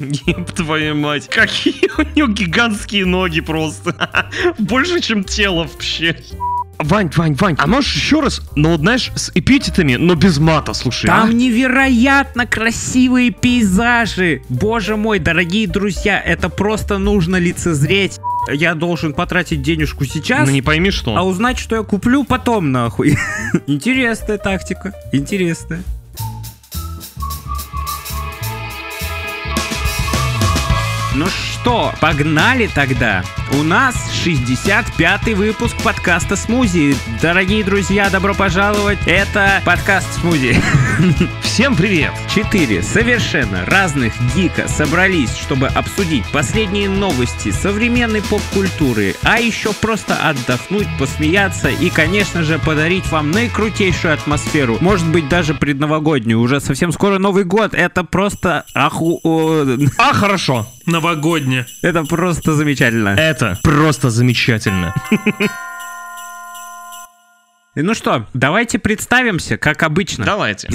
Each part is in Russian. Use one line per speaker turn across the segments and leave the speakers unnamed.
Еб твою мать. Какие у него гигантские ноги просто. Больше, чем тело вообще. Вань, Вань, Вань, а можешь еще раз, ну вот знаешь, с эпитетами, но без мата, слушай. а?
Там невероятно красивые пейзажи. Боже мой, дорогие друзья, это просто нужно лицезреть. Я должен потратить денежку сейчас,
Ну не пойми что.
а узнать, что я куплю потом, нахуй. Интересная тактика. Интересная. Ну что, погнали тогда. У нас 65-й выпуск подкаста «Смузи». Дорогие друзья, добро пожаловать. Это подкаст «Смузи».
Всем привет.
Четыре совершенно разных гика собрались, чтобы обсудить последние новости современной поп-культуры, а еще просто отдохнуть, посмеяться и, конечно же, подарить вам наикрутейшую атмосферу. Может быть, даже предновогоднюю. Уже совсем скоро Новый год. Это просто аху... о,
А хорошо.
Новогодне.
Это просто замечательно.
Это просто замечательно.
Ну что, давайте представимся, как обычно.
Давайте.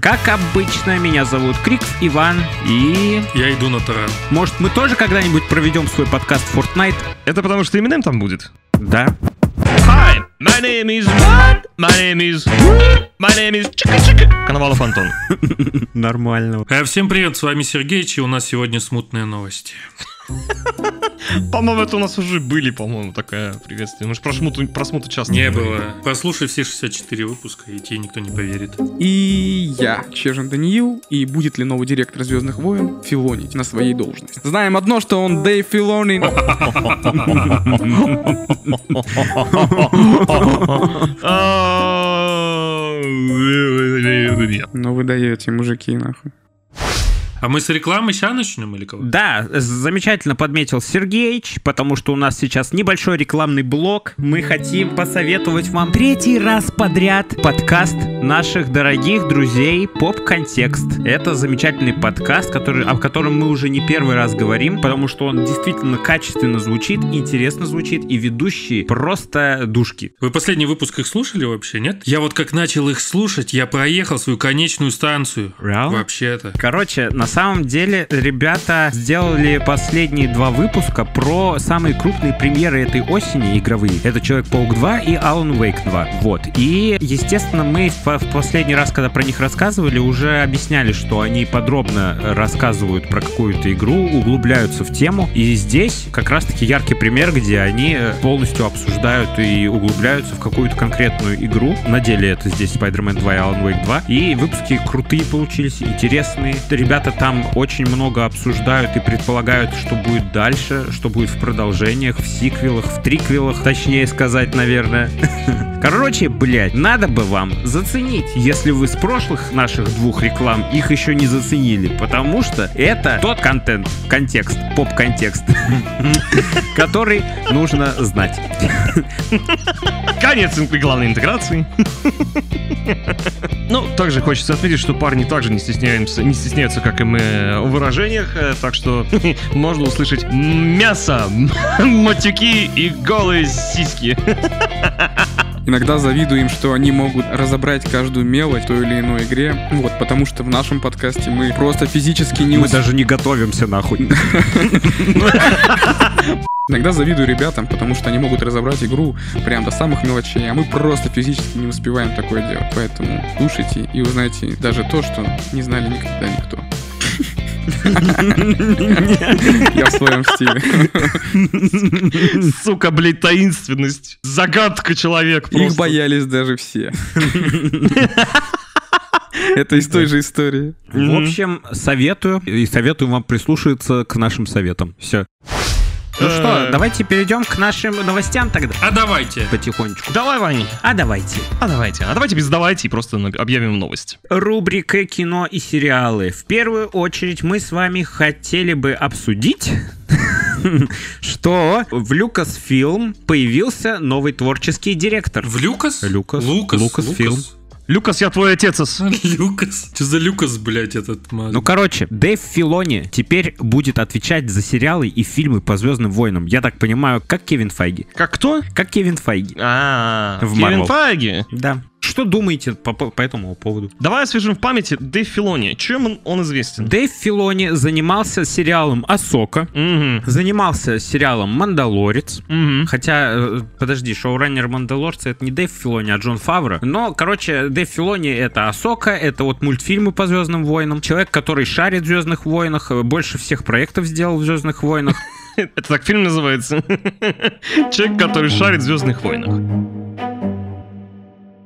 Как обычно, меня зовут Крикс Иван, и...
Я иду на таран.
Может, мы тоже когда-нибудь проведем свой подкаст Fortnite?
Это потому что Eminem там будет.
Да.
Hi, my name is what? My name is what? My name is Чика-Чика. Коновалов Антон.
Нормально.
Э, Всем привет, с вами Сергеич, и у нас сегодня смутные новости.
По-моему, это у нас уже были, по-моему, такая приветствие. Мы же про смуту, про смуту часто
Не
говорим.
было. Послушай все 64 выпуска, и тебе никто не поверит.
И я, Чежин Даниил, и будет ли новый директор Звездных войн филонить на своей должности. Знаем одно, что он Дэйв Филони.
А,
Но вы даете, мужики, нахуй.
А мы с рекламы сейчас начнем или кого?
Да, замечательно подметил Сергеич, потому что у нас сейчас небольшой рекламный блок. Мы хотим посоветовать вам третий раз подряд подкаст наших дорогих друзей «Поп-контекст». Это замечательный подкаст, который, о котором мы уже не первый раз говорим, потому что он действительно качественно звучит, интересно звучит, и ведущие просто душки.
Вы последний выпуск их слушали вообще, нет? Я вот как начал их слушать, я проехал свою конечную станцию. Вообще-то.
Короче, на самом деле, ребята сделали последние два выпуска про самые крупные премьеры этой осени игровые. Это Человек-паук 2 и Alan Wake 2. Вот. И, естественно, мы в в последний раз, когда про них рассказывали, уже объясняли, что они подробно рассказывают про какую-то игру, углубляются в тему. И здесь как раз-таки яркий пример, где они э, полностью обсуждают и углубляются в какую-то конкретную игру. На деле это здесь Spider-Man 2 и Alan Wake 2. И выпуски крутые получились, интересные. Ребята там очень много обсуждают и предполагают, что будет дальше, что будет в продолжениях, в сиквелах, в триквелах, точнее сказать, наверное. Короче, блядь, надо бы вам заценить, если вы с прошлых наших двух реклам их еще не заценили, потому что это тот контент, контекст, поп-контекст, который нужно знать.
Конец инк- главной интеграции. Ну, также хочется отметить, что парни также не стесняются, не стесняются, как и мы, в выражениях, э, так что можно услышать мясо, матюки и голые сиськи.
Иногда завидую им, что они могут разобрать каждую мелочь в той или иной игре. Вот, потому что в нашем подкасте мы просто физически не...
Мы
ус-
даже не готовимся нахуй.
Иногда завидую ребятам, потому что они могут разобрать игру прям до самых мелочей, а мы просто физически не успеваем такое делать. Поэтому слушайте и узнайте даже то, что не знали никогда никто. Я в своем стиле.
Сука, блядь, таинственность. Загадка человек просто.
Их боялись даже все. Это из той же истории.
В общем, советую и советую вам прислушиваться к нашим советам. Все. Ну что,
Э.
давайте перейдем к нашим новостям тогда.
А давайте.
Потихонечку.
Давай, Вань,
А давайте.
а давайте, а давайте без давайте и просто на- объявим новость.
Рубрика кино и сериалы. В первую очередь мы с вами хотели бы обсудить что в Lucasfilm появился новый творческий директор.
В Люкас?
Люкас.
Лукас.
Лукас фильм.
Люкас, я твой отец. а ас.
Люкас. Что за Люкас, блядь, этот мат?
Ну, короче, Дэйв Филони теперь будет отвечать за сериалы и фильмы по Звездным войнам. Я так понимаю, как Кевин Файги.
Как кто?
Как Кевин Файги.
А,
В
Кевин
Marvel.
Файги.
Да. что думаете по, по- по этому поводу?
Давай освежим в памяти Дэйв Филони. Чем он, он известен?
Дэйв Филони занимался сериалом «Осока»,
Мгм.
занимался сериалом «Мандалорец»,
Мгм.
Хотя, э, подожди, шоураннер Мандалорца это не Дэйв Филони, а Джон Фавро. Но, короче, Дэйв Филони это Асока, это вот мультфильмы по Звездным войнам. Человек, который шарит в Звездных войнах, э, больше всех проектов сделал в Звездных войнах.
Это так фильм называется. Человек, который шарит в Звездных войнах.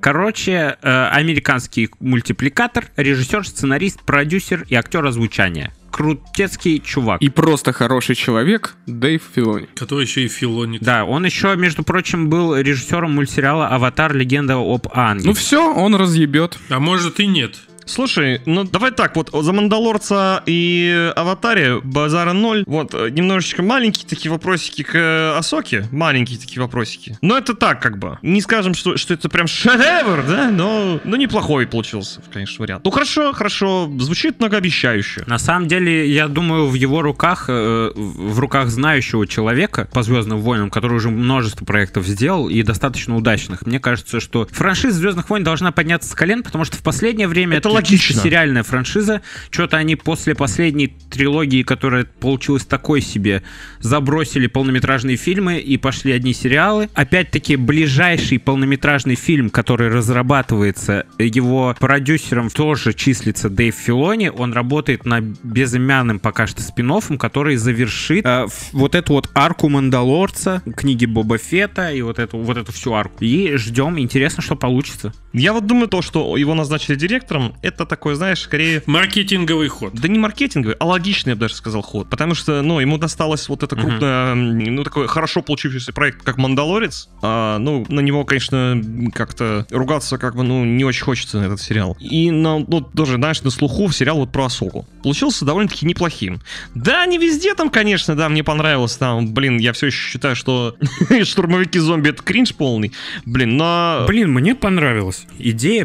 Короче, э, американский мультипликатор, режиссер, сценарист, продюсер и актер озвучания. Крутецкий чувак.
И просто хороший человек Дэйв Филони.
Который еще и филонит.
Да, он еще, между прочим, был режиссером мультсериала «Аватар. Легенда об Аанге».
Ну все, он разъебет.
А может и нет.
Слушай, ну давай так, вот за Мандалорца и Аватаре Базара 0, вот, э, немножечко маленькие такие вопросики к э, Асоке, маленькие такие вопросики. Но это так, как бы. Не скажем, что, что это прям шедевр, да, но, но неплохой получился, конечно, вариант. Ну хорошо, хорошо, звучит многообещающе.
На самом деле, я думаю, в его руках, э, в в руках знающего человека по Звездным войнам, который уже множество проектов сделал и достаточно удачных, мне кажется, что франшиза Звездных войн должна подняться с колен, потому что в последнее время
Это
чисто
логично.
сериальная франшиза. Что-то они после последней трилогии, которая получилась такой себе, забросили полнометражные фильмы и пошли одни сериалы. Опять-таки, ближайший полнометражный фильм, который разрабатывается, его продюсером тоже числится Дэйв Филони. Он работает на безымянным пока что спин который завершит э, ф- вот эту вот арку Мандалорца, книги Боба Фета и вот эту, вот эту всю арку. И ждем, интересно, что получится.
Я вот думаю, то, что его назначили директором, это такой, знаешь, скорее
Маркетинговый ход.
Да не маркетинговый, а логичный, я бы даже сказал, ход. Потому что, ну, ему досталось вот это крупное, м, ну, такой хорошо получившийся проект, как «Мандалорец». А, ну, на него, конечно, м, как-то ругаться как бы, ну, не очень хочется на этот сериал. И, на, ну, тоже, знаешь, на слуху сериал вот про Асоку. Получился довольно-таки неплохим. Да, не везде там, конечно, да, мне понравилось там, блин, я все еще считаю, что «Штурмовики зомби» — это кринж полный. Блин, но...
Блин, мне понравилось. Идея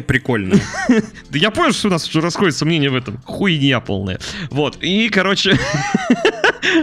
прикольная.
Да я понял, что у нас уже расходятся мнения в этом. Хуйня полная. Вот, и, короче...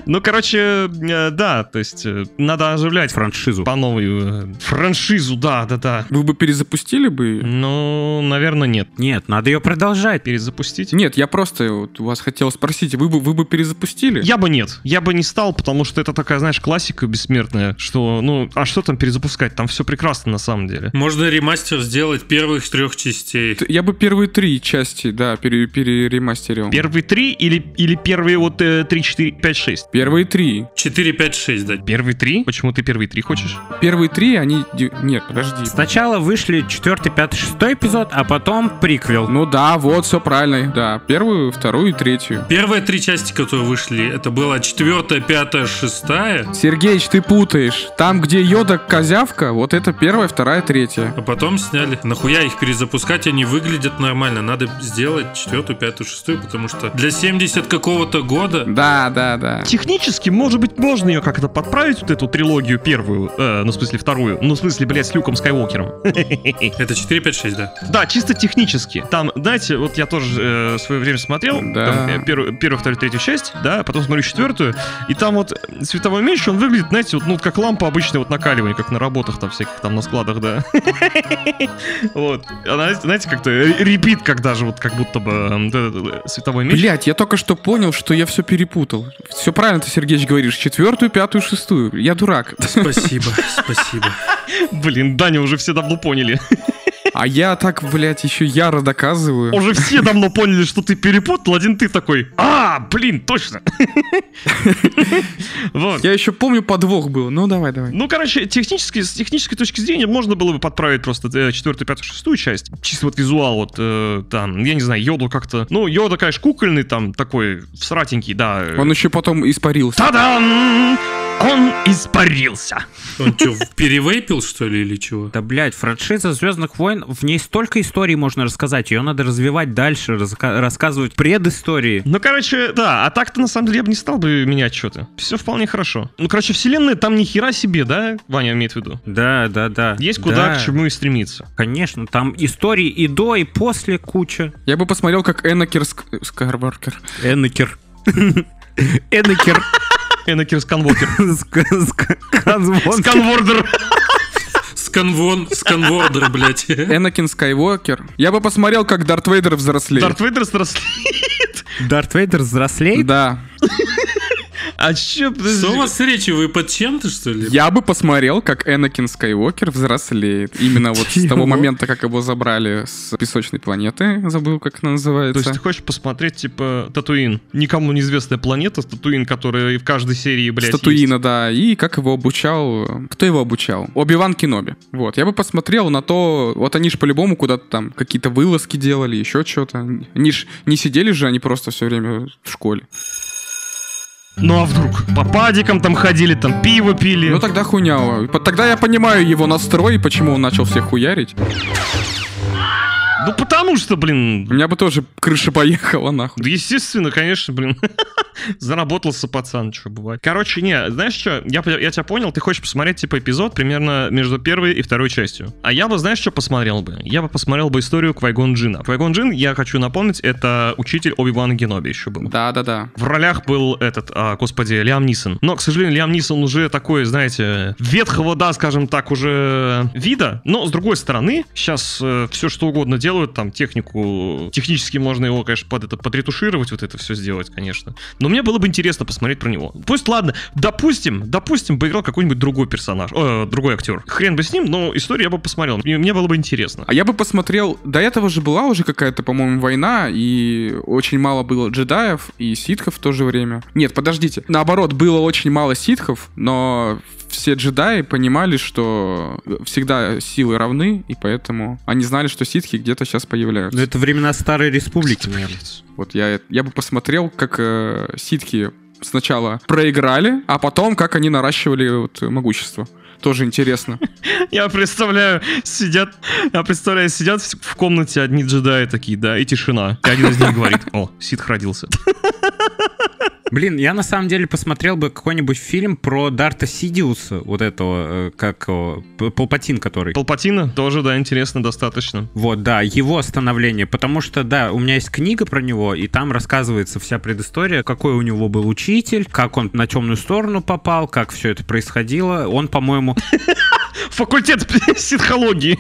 Ну, короче, э, да, то есть э, надо оживлять
Франшизу.
по новой э, франшизу, да, да, да.
Вы бы перезапустили бы её?
Ну, наверное, нет.
Нет, надо ее продолжать.
Перезапустить?
Нет, я просто вот у вас хотел спросить, вы бы, вы бы перезапустили?
Я бы нет, я бы не стал, потому что это такая, знаешь, классика бессмертная, что, ну, а что там перезапускать? Там все прекрасно на самом деле.
Можно ремастер сделать первых трех частей.
Т- Я бы первые три части, да, пере- переремастерил.
Первые три или, или первые вот э, три, четыре, пять, шесть?
Первые три.
4, 5, 6 дать.
Первые три? Почему ты первые три хочешь?
Первые три, они... де- Нет, подожди.
Сначала вышли 4, 5, 6 эпизод, а потом приквел.
Ну да, вот, все правильно. Да, первую, вторую и третью.
Первые три части, которые вышли, это была четвертая, пятая, шестая.
Сергеич, ты путаешь. Там, где Йода козявка, вот это первая, вторая, третья.
А потом сняли. Нахуя их перезапускать? Они выглядят нормально. Надо сделать четвертую, пятую, шестую, потому что для 70 какого-то года...
Да, да, да.
Технически, может быть, можно ее как-то подправить, вот эту трилогию первую, э, ну, в смысле, вторую, ну, в смысле, блядь, с Люком Скайуокером.
Это 4, 5, 6, да.
Да, чисто технически. Там, знаете, вот я тоже э, в свое время смотрел,
Да.
там, э, первую, первую, вторую, третью часть, да, потом смотрю четвертую, и там вот э, световой меч, он выглядит, знаете, вот, ну, вот как лампа обычная, вот накаливание, как на работах там всяких, там, на складах, да. Вот. Она, знаете, как-то репит, как даже, вот, как будто бы э, вот этот, э, световой меч.
Блять, я только что понял, что я все перепутал. Все правильно ты, Сергеич, говоришь. Четвертую, пятую, шестую. Я дурак.
Спасибо, спасибо.
Блин, Даня, уже все давно поняли.
А я так, блять, еще яро доказываю.
Уже все давно поняли, что ты перепутал, один ты такой, а, блин, точно. Вот.
Я еще помню, подвох был. Ну, давай, давай.
Ну, короче, технически, с технической точки зрения можно было бы подправить просто э, четвертую, пятую, шестую часть. Чисто вот визуал, вот э, там, я не знаю, йоду как-то. Ну, йода, конечно, кукольный, там такой, всратенький, да. э.
Он еще потом испарился.
Та-дам! Он испарился.
Он что, перевейпил, что ли, или чего?
Да, блядь, франшиза Звездных войн, в ней столько историй можно рассказать, ее надо развивать дальше, разка- рассказывать предыстории.
Ну, короче, да, а так-то на самом деле я бы не стал бы менять что-то. Все вполне хорошо. Ну, короче, вселенная там ни хера себе, да, Ваня имеет в виду?
Да, да, да.
Есть куда
Да,
к чему и стремиться.
Конечно, там истории и до, и после куча.
Я бы посмотрел, как Энакер Ск- Скарваркер.
Энакер. Энакер.
Энакер Сканвокер.
Ск- ск- конвон.
Сканвордер.
Сканвон, сканвордер, блядь.
Энакин Скайуокер. Я бы посмотрел, как Дарт Вейдер взрослеет.
Дарт Вейдер взрослеет.
Дарт Вейдер взрослеет?
Да.
А чё, подожди.
Что у вас речи? Вы под чем-то, что ли?
Я бы посмотрел, как Энакин Скайуокер взрослеет. Именно вот с того
Чего?
момента, как его забрали с песочной планеты. Забыл, как
То
она
есть
называется.
ты хочешь посмотреть, типа, Татуин? Никому неизвестная планета, Татуин, которая в каждой серии, блядь,
Статуина, да, и как его обучал... э, Кто его обучал? Оби-Ван Кеноби. Вот, я бы посмотрел на то... Вот они же по-любому куда-то там какие-то вылазки делали, еще что-то. Они ж не сидели же, они просто все время в школе.
есть. Ну а вдруг? По падикам там ходили, там пиво пили.
Ну тогда хуйня. Тогда я понимаю его настрой, и почему он начал всех хуярить.
Ну потому что, блин,
У меня бы тоже крыша поехала нахуй.
Да естественно, конечно, блин. Заработался пацан, что бывает. Короче, не, знаешь что, я, пон- я тебя понял, ты хочешь посмотреть, типа, эпизод примерно между первой и второй частью. А я бы, знаешь, что посмотрел бы? Я бы посмотрел бы историю Квайгон Джина. Квайгон Джин, я хочу напомнить, это учитель Оби-Вана Геноби еще был.
Да-да-да.
В ролях был этот, а, господи, Лиам Нисон. Но, к сожалению, Лиам Нисон уже такой, знаете, ветхого, да, скажем так, уже вида. Но, с другой стороны, сейчас все что угодно делают, там, технику, технически можно его, конечно, под это, подретушировать, вот это все сделать, конечно. Но мне было бы интересно посмотреть про него. Пусть, ладно, допустим, допустим, бы играл какой-нибудь другой персонаж, э, другой актер. Хрен бы с ним, но историю я бы посмотрел. Мне, мне было бы интересно.
А я бы посмотрел, до этого же была уже какая-то, по-моему, война, и очень мало было джедаев и ситхов в то же время. Нет, подождите, наоборот, было очень мало ситхов, но все джедаи понимали, что всегда силы равны, и поэтому они знали, что ситхи где-то сейчас появляются.
Ну, это времена Старой Республики, наверное.
Вот я, я бы посмотрел, как э, ситхи сначала проиграли, а потом как они наращивали вот, могущество. Тоже интересно.
Я представляю, сидят, я представляю, сидят в в комнате одни джедаи такие, да, и тишина. И один из них говорит, о, Ситх родился.
Блин, я на самом деле посмотрел бы какой-нибудь фильм про Дарта Сидиуса, вот этого, э, как его, П- Палпатин который.
Палпатина тоже, да, интересно достаточно.
Вот, да, его становление, потому что, да, у меня есть книга про него, и там рассказывается вся предыстория, какой у него был учитель, как он на темную сторону попал, как все это происходило. Он, по-моему,
Факультет ситхологии.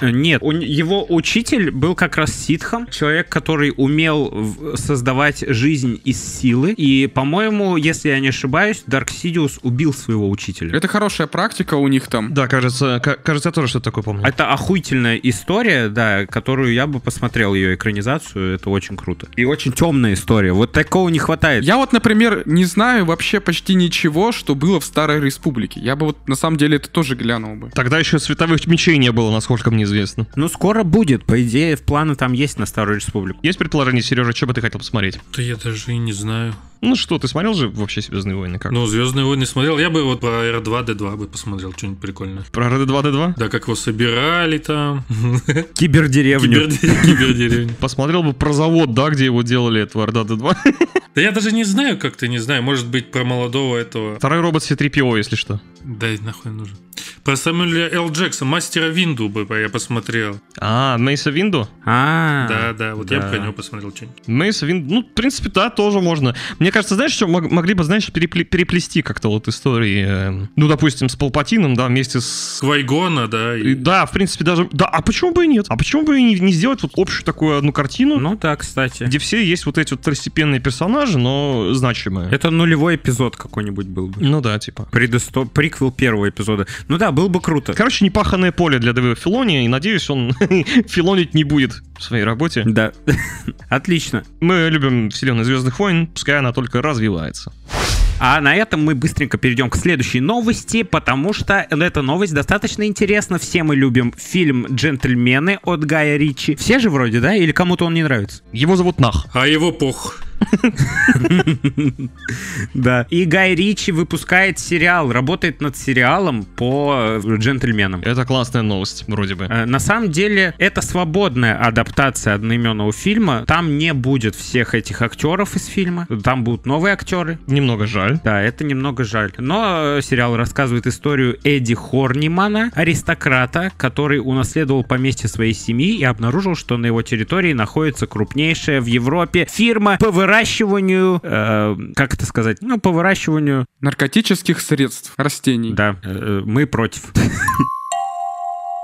э, нет, он- его учитель был как раз ситхом, человек, который умел в- создавать жизнь из силы, и, по-моему, если я не ошибаюсь, Дарк Сидиус убил своего учителя.
Это хорошая практика у них там.
Да, кажется, ка- кажется, я тоже что-то такое помню. А
Это охуительная история, да, которую я бы посмотрел ее экранизацию, это очень круто. И очень темная история, вот такого не хватает.
Я вот, например, не знаю вообще почти ничего, что было в Старой Республике. Я бы вот на самом деле это тоже глянул бы.
Тогда еще световых мечей не было, насколько мне известно.
Ну, скоро будет, по идее, в планы там есть на Старую Республику.
Есть предположение, Сережа, что бы ты хотел посмотреть?
Да я даже и не знаю.
Ну что, ты смотрел же вообще «Звездные войны» как?
Ну, Звездные войны смотрел. Я бы вот про R2D2 бы посмотрел, что-нибудь прикольное.
Про R2-D2?
Да, как его собирали там.
Кибердеревню.
Киберде- Кибердеревня.
Посмотрел бы про завод, да, где его делали, этого R2-D2.
Да я даже не знаю, как ты не знаю. Может быть, про молодого этого.
Второй робот C-3PO, если что.
Да и нахуй нужен. Про Самуэля Л. Джексона, мастера Винду бы я посмотрел.
А, Мейса Винду?
А,
Да, да, вот я
да.
бы про него посмотрел что-нибудь.
Мейс, Вин, ну, в принципе, да, тоже можно. Мне кажется, знаешь, что мог- могли бы, знаешь, перепле- переплести как-то вот истории, эм, ну, допустим, с Палпатином, да, вместе с...
Квайгона, да.
и
и-
Да, в принципе, даже... Да, а почему бы и нет? А почему бы и не, не сделать вот общую такую одну картину,
ну да, кстати.
где все есть вот эти вот второстепенные персонажи, но значимые?
Это нулевой эпизод какой-нибудь был бы.
Ну да, типа.
Предысто... Приквел первого эпизода. Ну да, был бы круто.
Короче, непаханное поле для Дэвида Филони, и надеюсь, он филонить не будет в своей работе.
Да. Отлично.
Мы любим вселенную Звездных войн, пускай она только развивается.
А на этом мы быстренько перейдем к следующей новости, потому что эта новость достаточно интересна. Все мы любим фильм «Джентльмены» от Гая Ричи. Все же вроде, да? Или кому-то он не нравится?
Его зовут Нах.
А его пох.
Да. И Гай Ричи выпускает сериал, работает над сериалом по э, «Джентльменам».
Это классная новость, вроде бы.
Э, На самом деле, это свободная адаптация одноименного фильма. Там не будет всех этих актеров из фильма. Там будут новые актеры.
Немного жаль.
Да, это немного жаль. Но э, сериал рассказывает историю Эдди Хорнимана, аристократа, который унаследовал поместье своей семьи и обнаружил, что на его территории находится крупнейшая в Европе фирма по выращиванию, э, как это сказать, ну, по выращиванию,
Наркотических средств, растений.
да, э, мы против.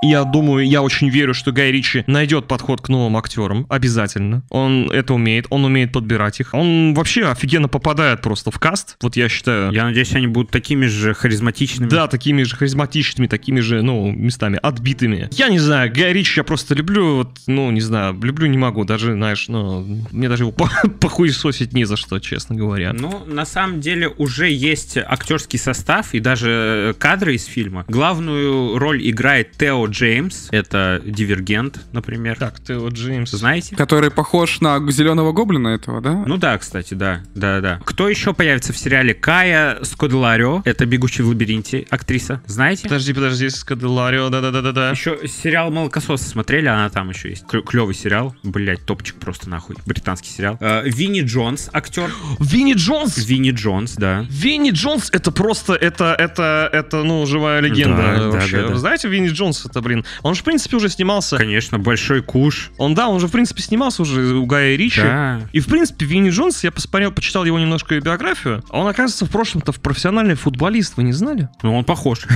Я думаю, я очень верю, что Гай Ричи найдет подход к новым актерам. Обязательно. Он это умеет, он умеет подбирать их. Он вообще офигенно попадает просто в каст. Вот я считаю.
Я надеюсь, они будут такими же харизматичными.
Да, такими же харизматичными, такими же, ну, местами отбитыми. Я не знаю, Гай Ричи я просто люблю, вот, ну, не знаю, люблю не могу, даже, знаешь, ну, мне даже его по- похуесосить не за что, честно говоря.
Ну, на самом деле уже есть актерский состав и даже э, кадры из фильма. Главную роль играет Тео Джеймс, это Дивергент, например.
Так, ты вот Джеймс.
Знаете?
Который похож на зеленого гоблина этого, да?
Ну да, кстати, да, да, да. Кто еще появится в сериале? Кая Скоделарио, это «Бегущий в лабиринте» актриса, знаете?
Подожди, подожди, Скаделарио, да-да-да-да-да.
Еще сериал «Молокососы» смотрели, она там еще есть. Клё- Клевый сериал, блять, топчик просто нахуй, британский сериал. Э, Винни Джонс, актер.
Винни Джонс!
Винни Джонс, да.
Винни Джонс это просто, это, это, это, ну, живая легенда
Да, да,
вообще.
да, да.
Вы Знаете, Винни Джонс это, блин, он же, в принципе, уже снимался.
Конечно, большой куш.
Он, да, он же, в принципе, снимался уже у Гая Ричи.
Да.
И, в принципе, Винни Джонс, я посмотрел, почитал его немножко биографию, он, оказывается, в прошлом-то в профессиональный футболист, вы не знали?
Ну, он похож.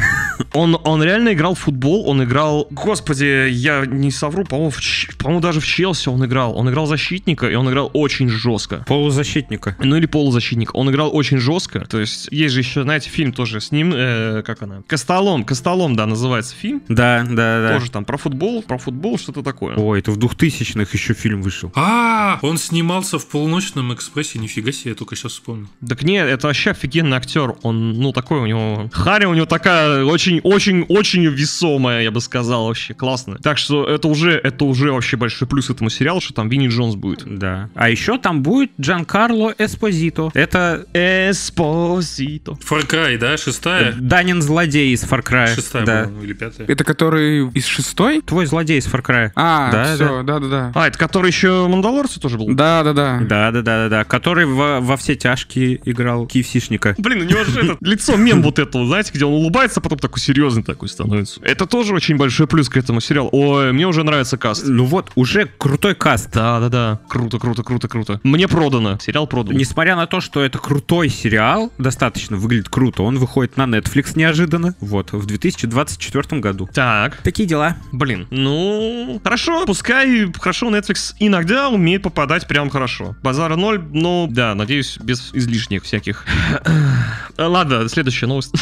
Он, он реально играл в футбол, он играл... Господи, я не совру, по-моему, в Ч- по-моему, даже в Челси он играл. Он играл защитника, и он играл очень жестко.
Полузащитника.
Ну или полузащитник. Он играл очень жестко. То есть есть же еще, знаете, фильм тоже с ним, э, как она? Костолом, Костолом, да, называется фильм.
Да, да, да.
Тоже там про футбол, про футбол, что-то такое.
Ой, это в 2000-х еще фильм вышел.
А, он снимался в полуночном экспрессе, нифига себе, я только сейчас вспомнил.
Так нет, это вообще офигенный актер. Он, ну, такой у него... Харри у него такая очень-очень-очень весомая, я бы сказал, вообще классная. Так что это уже, это уже вообще большой плюс этому сериалу, что там Винни Джонс будет.
Да. А еще там будет Джанкарло Эспозито. Это
Эспозито.
Far Cry, да,
э,
шестая?
Данин злодей из Far Cry.
Шестая,
да.
по-моему, или пятая.
Это который из шестой?
Твой злодей из Far Cry.
А,
Да,
все, да-да-да.
А, это который еще Мандалорцу тоже был?
Да-да-да.
Да, да, да, да, да. Который во, во все тяжкие играл киевсишника.
Блин, у него же это лицо мем вот этого, знаете, где он улыбается, а потом такой серьезный такой становится. Это тоже очень большой плюс к этому сериалу. Ой, мне уже нравится каст.
Ну вот, уже крутой каст.
Да-да-да, круто, круто, круто, круто. Мне продано, сериал продан.
Несмотря на то, что это крутой сериал, достаточно выглядит круто, он выходит на Netflix неожиданно, вот, в 2024 году.
Так,
Такие дела.
блин, ну, хорошо, пускай, хорошо, Netflix иногда умеет попадать прям хорошо. Базара ноль, но, да, надеюсь, без излишних всяких. Ладно, следующая новость.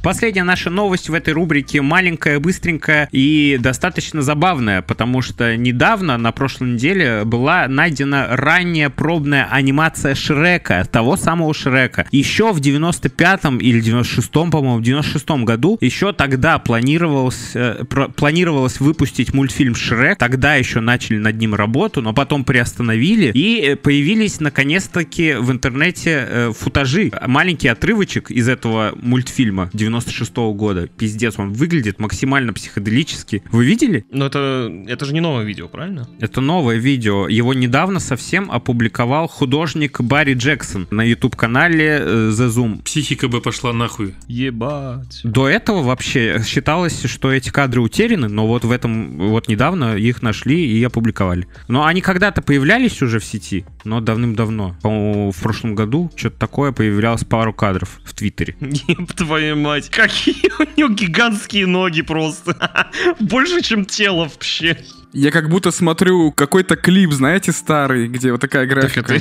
Последняя наша новость в этой рубрике маленькая, быстренькая и достаточно забавная, потому что недавно, на прошлой неделе, была найдена ранняя пробная анимация Шрека, того самого Шрека. Еще в 95-м или 96-м, по-моему, в 96-м году, еще тогда планировалось, э, про- планировалось выпустить мультфильм Шрек, тогда еще начали над ним работу, но потом приостановили, и э, появились наконец-таки в интернете э, футажи, маленький отрывочек из этого мультфильма 96 года. Пиздец, он выглядит максимально психоделически. Вы видели?
Но это, это же не новое видео, правильно?
Это новое видео. Его недавно совсем опубликовал художник Барри Джексон на YouTube-канале э, The Zoom.
Психика бы пошла нахуй.
Ебать.
До этого вообще считалось, что эти кадры утеряны, но вот в этом, вот недавно их нашли и опубликовали. Но они когда-то появлялись уже в сети, но давным-давно. По-моему, в прошлом году что-то такое появлялось пару кадров в Твиттере.
Еб твою мать, какие у него гигантские ноги просто. Больше, чем тело вообще.
Я как будто смотрю какой-то клип, знаете, старый, где вот такая графика.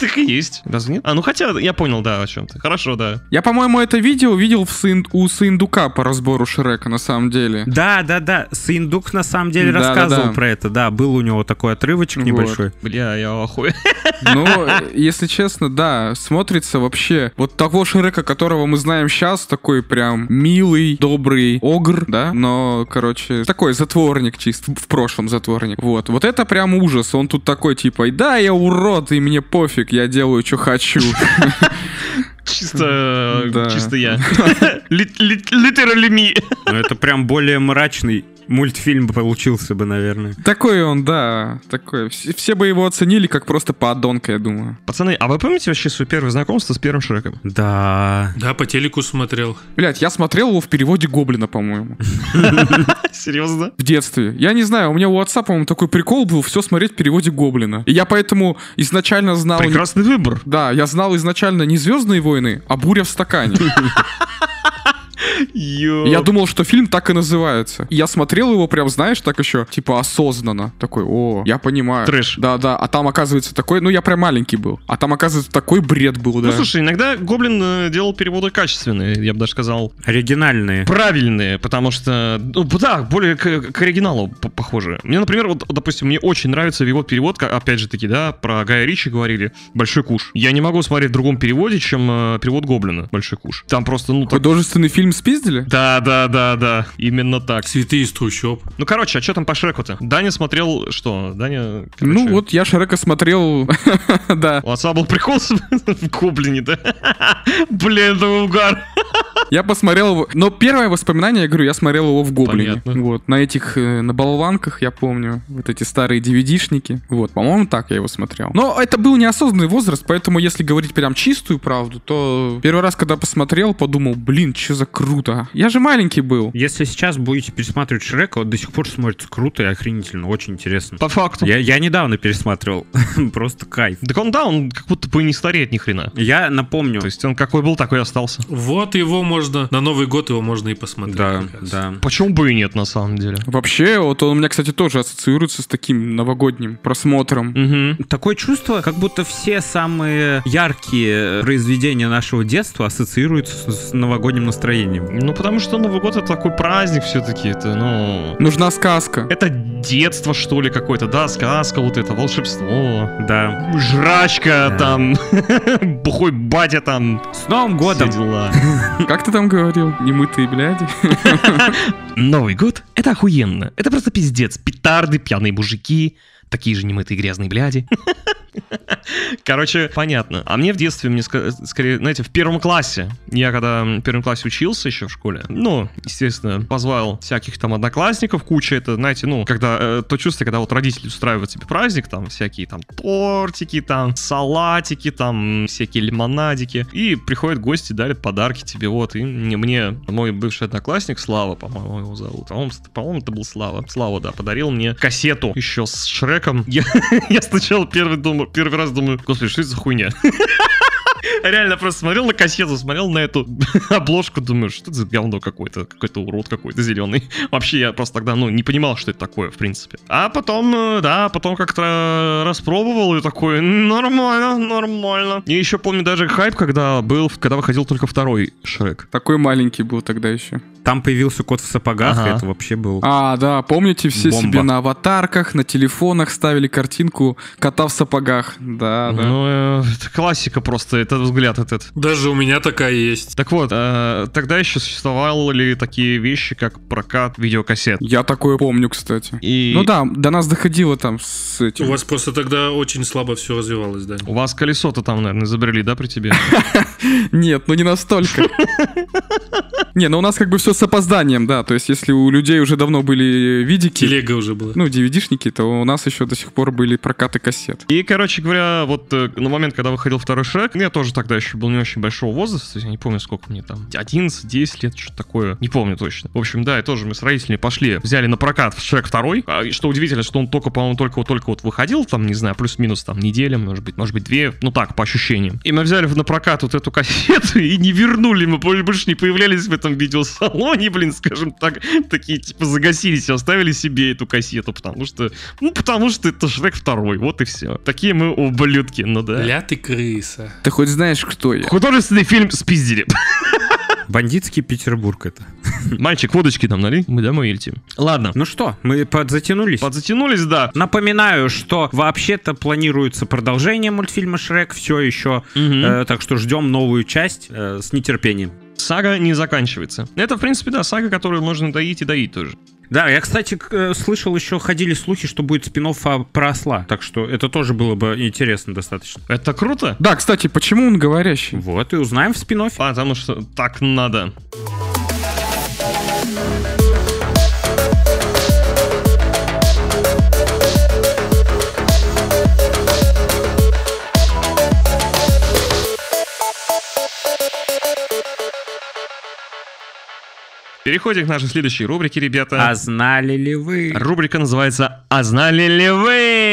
Так и есть. Разве нет? А, ну хотя, я понял, да, о чем ты. Хорошо, да.
Я, по-моему, это видео видел в Сын- у Сындука по разбору Шрека, на самом деле.
Да, да, да. Сындук на самом деле
Да-да-да.
рассказывал про это. Да, был у него такой отрывочек
Вот.
небольшой.
Бля, я в ахуе.
Ну, если честно, да, смотрится вообще вот того Шрека, которого мы знаем сейчас, такой прям милый, добрый огр, да, но, короче, такой затворник чист, в прошлом затворник. Вот, вот это прям ужас, он тут такой типа, да, я урод, и мне пофиг, я делаю, что хочу.
Чисто... э,
Да.
Чисто я. Лит- лит- Literally me.
Но это прям более мрачный мультфильм получился бы, наверное.
Такой он, да, такой. Все, все бы его оценили как просто подонка, я думаю.
Пацаны, а вы помните вообще свое первое знакомство с первым Шреком?
Да.
Да, по телеку смотрел.
Блять, я смотрел его в переводе Гоблина, по-моему.
Серьезно?
В детстве. Я не знаю, у меня у отца, по-моему, такой прикол был все смотреть в переводе Гоблина. И я поэтому изначально знал...
Прекрасный выбор.
а Да, я знал изначально не Звездные войны, а Буря в стакане.
Ё.
Я думал, что фильм так и называется. И я смотрел его прям, знаешь, так еще, типа, осознанно. Такой, о, я понимаю.
Трэш.
Да-да, а там, оказывается, такой, ну, я прям маленький был. А там, оказывается, такой бред был, да.
Ну, слушай, иногда Гоблин э, делал переводы качественные, я бы даже сказал,
Оригинальные.
правильные, потому что, ну, да, более к, к оригиналу п- похоже. Мне, например, вот, допустим, мне очень нравится его перевод, ка- опять же таки, да, про Гая Ричи говорили, «Большой куш». Я не могу смотреть в другом переводе, чем э, перевод Гоблина, «Большой куш». Там просто, ну, так...
Художественный фильм спиздили?
Да, да, да, да, именно так.
Цветы из трущоб.
Ну, короче, а что там по Шреку-то? Даня смотрел, что? Даня...
Ну
короче,
вот я Шрека смотрел, да.
У отца был прикол с- в Гоблине, да? Блин, это угар.
Я посмотрел его. Но первое воспоминание, я говорю, я смотрел его в Гоблине.
Понятно.
Вот. На этих, э, на болванках, я помню. Вот эти старые DVD-шники. Вот, по-моему, так я его смотрел. Но это был неосознанный возраст, поэтому если говорить прям чистую правду, то первый раз, когда посмотрел, подумал, блин, что за круто. Я же маленький был.
Если сейчас будете пересматривать Шрека, он до сих пор смотрится круто и охренительно, очень интересно.
По факту.
Я, я недавно пересматривал, просто кайф.
Так он, да, он как будто бы и не стареет ни хрена.
Я напомню,
То есть он какой был, такой и остался.
Вот его можно, на Новый год его можно и посмотреть.
да,
как раз.
да.
Почему бы и нет, на самом деле?
Вообще, вот он у меня, кстати, тоже ассоциируется с таким новогодним просмотром.
Угу.
Такое чувство, как будто все самые яркие э, произведения нашего детства ассоциируются с с новогодним настроением.
Ну, потому что Новый год это такой праздник все-таки, это, ну...
Нужна сказка.
Это детство, что ли, какое-то, да, сказка вот это, волшебство.
Да.
Жрачка
Да.
там, бухой батя там,
С Новым
все
годом!
дела.
Как ты там говорил? Немытые бляди.
Новый год — это охуенно. Это просто пиздец. Петарды, пьяные мужики, такие же немытые грязные бляди. Короче, понятно. А мне в детстве, мне ска- скорее, знаете, в первом классе, я когда м, в первом классе учился еще в школе, ну, естественно, позвал всяких там одноклассников, куча это, знаете, ну, когда э, то чувство, когда вот родители устраивают себе праздник, там всякие там тортики, там салатики, там всякие лимонадики, и приходят гости, дарят подарки тебе, вот, и мне, мне мой бывший одноклассник Слава, по-моему, его зовут, по-моему, с- по-моему, это был Слава, Слава, да, подарил мне кассету еще с Шреком, я, я сначала первый, думаю, первый раз думаю, господи, что это за хуйня? Реально просто смотрел на кассету, смотрел на эту обложку, думаю, что это за говно какое-то, какой-то урод какой-то зеленый. Вообще я просто тогда, ну, не понимал, что это такое, в принципе. А потом, э, да, потом как-то распробовал и такой, нормально, нормально. И еще помню даже хайп, когда был, когда выходил только второй Шрек.
Такой маленький был тогда еще.
Там появился кот в сапогах,
Ага.
и это вообще был...
А, да, помните, все
Бомба.
себе на аватарках, на телефонах ставили картинку кота в сапогах. Да, да.
Ну, э, это классика просто, этот взгляд этот.
Даже у меня такая есть.
Так вот, э, тогда еще существовали такие вещи, как прокат видеокассет.
Я такое помню, кстати.
И
Ну да, до нас доходило там с
У
этим.
вас просто тогда очень слабо все развивалось, да.
у вас колесо-то там, наверное, изобрели, да, при тебе?
Нет, ну не настолько. Не, ну у нас как бы все с опозданием, да. То есть если у людей уже давно были видики,
Телега уже была.
ну, DVD-шники, то у нас еще до сих пор были прокаты кассет.
И, короче говоря, вот э, на момент, когда выходил второй Шрек, ну, я тоже тогда еще был не очень большого возраста, я не помню, сколько мне там, 11, 10 лет, что-то такое, не помню точно. В общем, да, и тоже мы с родителями пошли, взяли на прокат в Шрек второй, А, и что удивительно, что он только, по-моему, только вот только вот выходил, там, не знаю, плюс-минус там неделя, может быть, может быть, две, ну так, по ощущениям. И мы взяли на прокат вот эту кассету и не вернули, мы больше больше не появлялись в этом видеосалоне, блин, скажем так, такие, типа, загасились, и оставили себе эту кассету, потому что ну, потому что это Шрек второй, вот и все. Такие мы ублюдки, ну да.
Ля ты крыса.
Ты хоть знаешь, кто я?
Художественный фильм спиздили.
Бандитский Петербург это.
Мальчик, водочки там нали? Мы домой летим. Ладно.
Ну что, мы подзатянулись?
Подзатянулись, да.
Напоминаю, что вообще-то планируется продолжение мультфильма Шрек, все еще.
Мгм.
э, так что ждем новую часть э, с нетерпением.
Сага не заканчивается. Это, в принципе, да, сага, которую можно доить и доить тоже.
Да, я, кстати, к- э, слышал еще ходили слухи, что будет спин про осла. Так что это тоже было бы интересно достаточно.
Это круто?
Да, кстати, почему он говорящий?
Вот, и узнаем в спин
Потому что так надо. Переходим к нашей следующей рубрике, ребята.
А знали ли вы?
Рубрика называется «А знали ли вы?»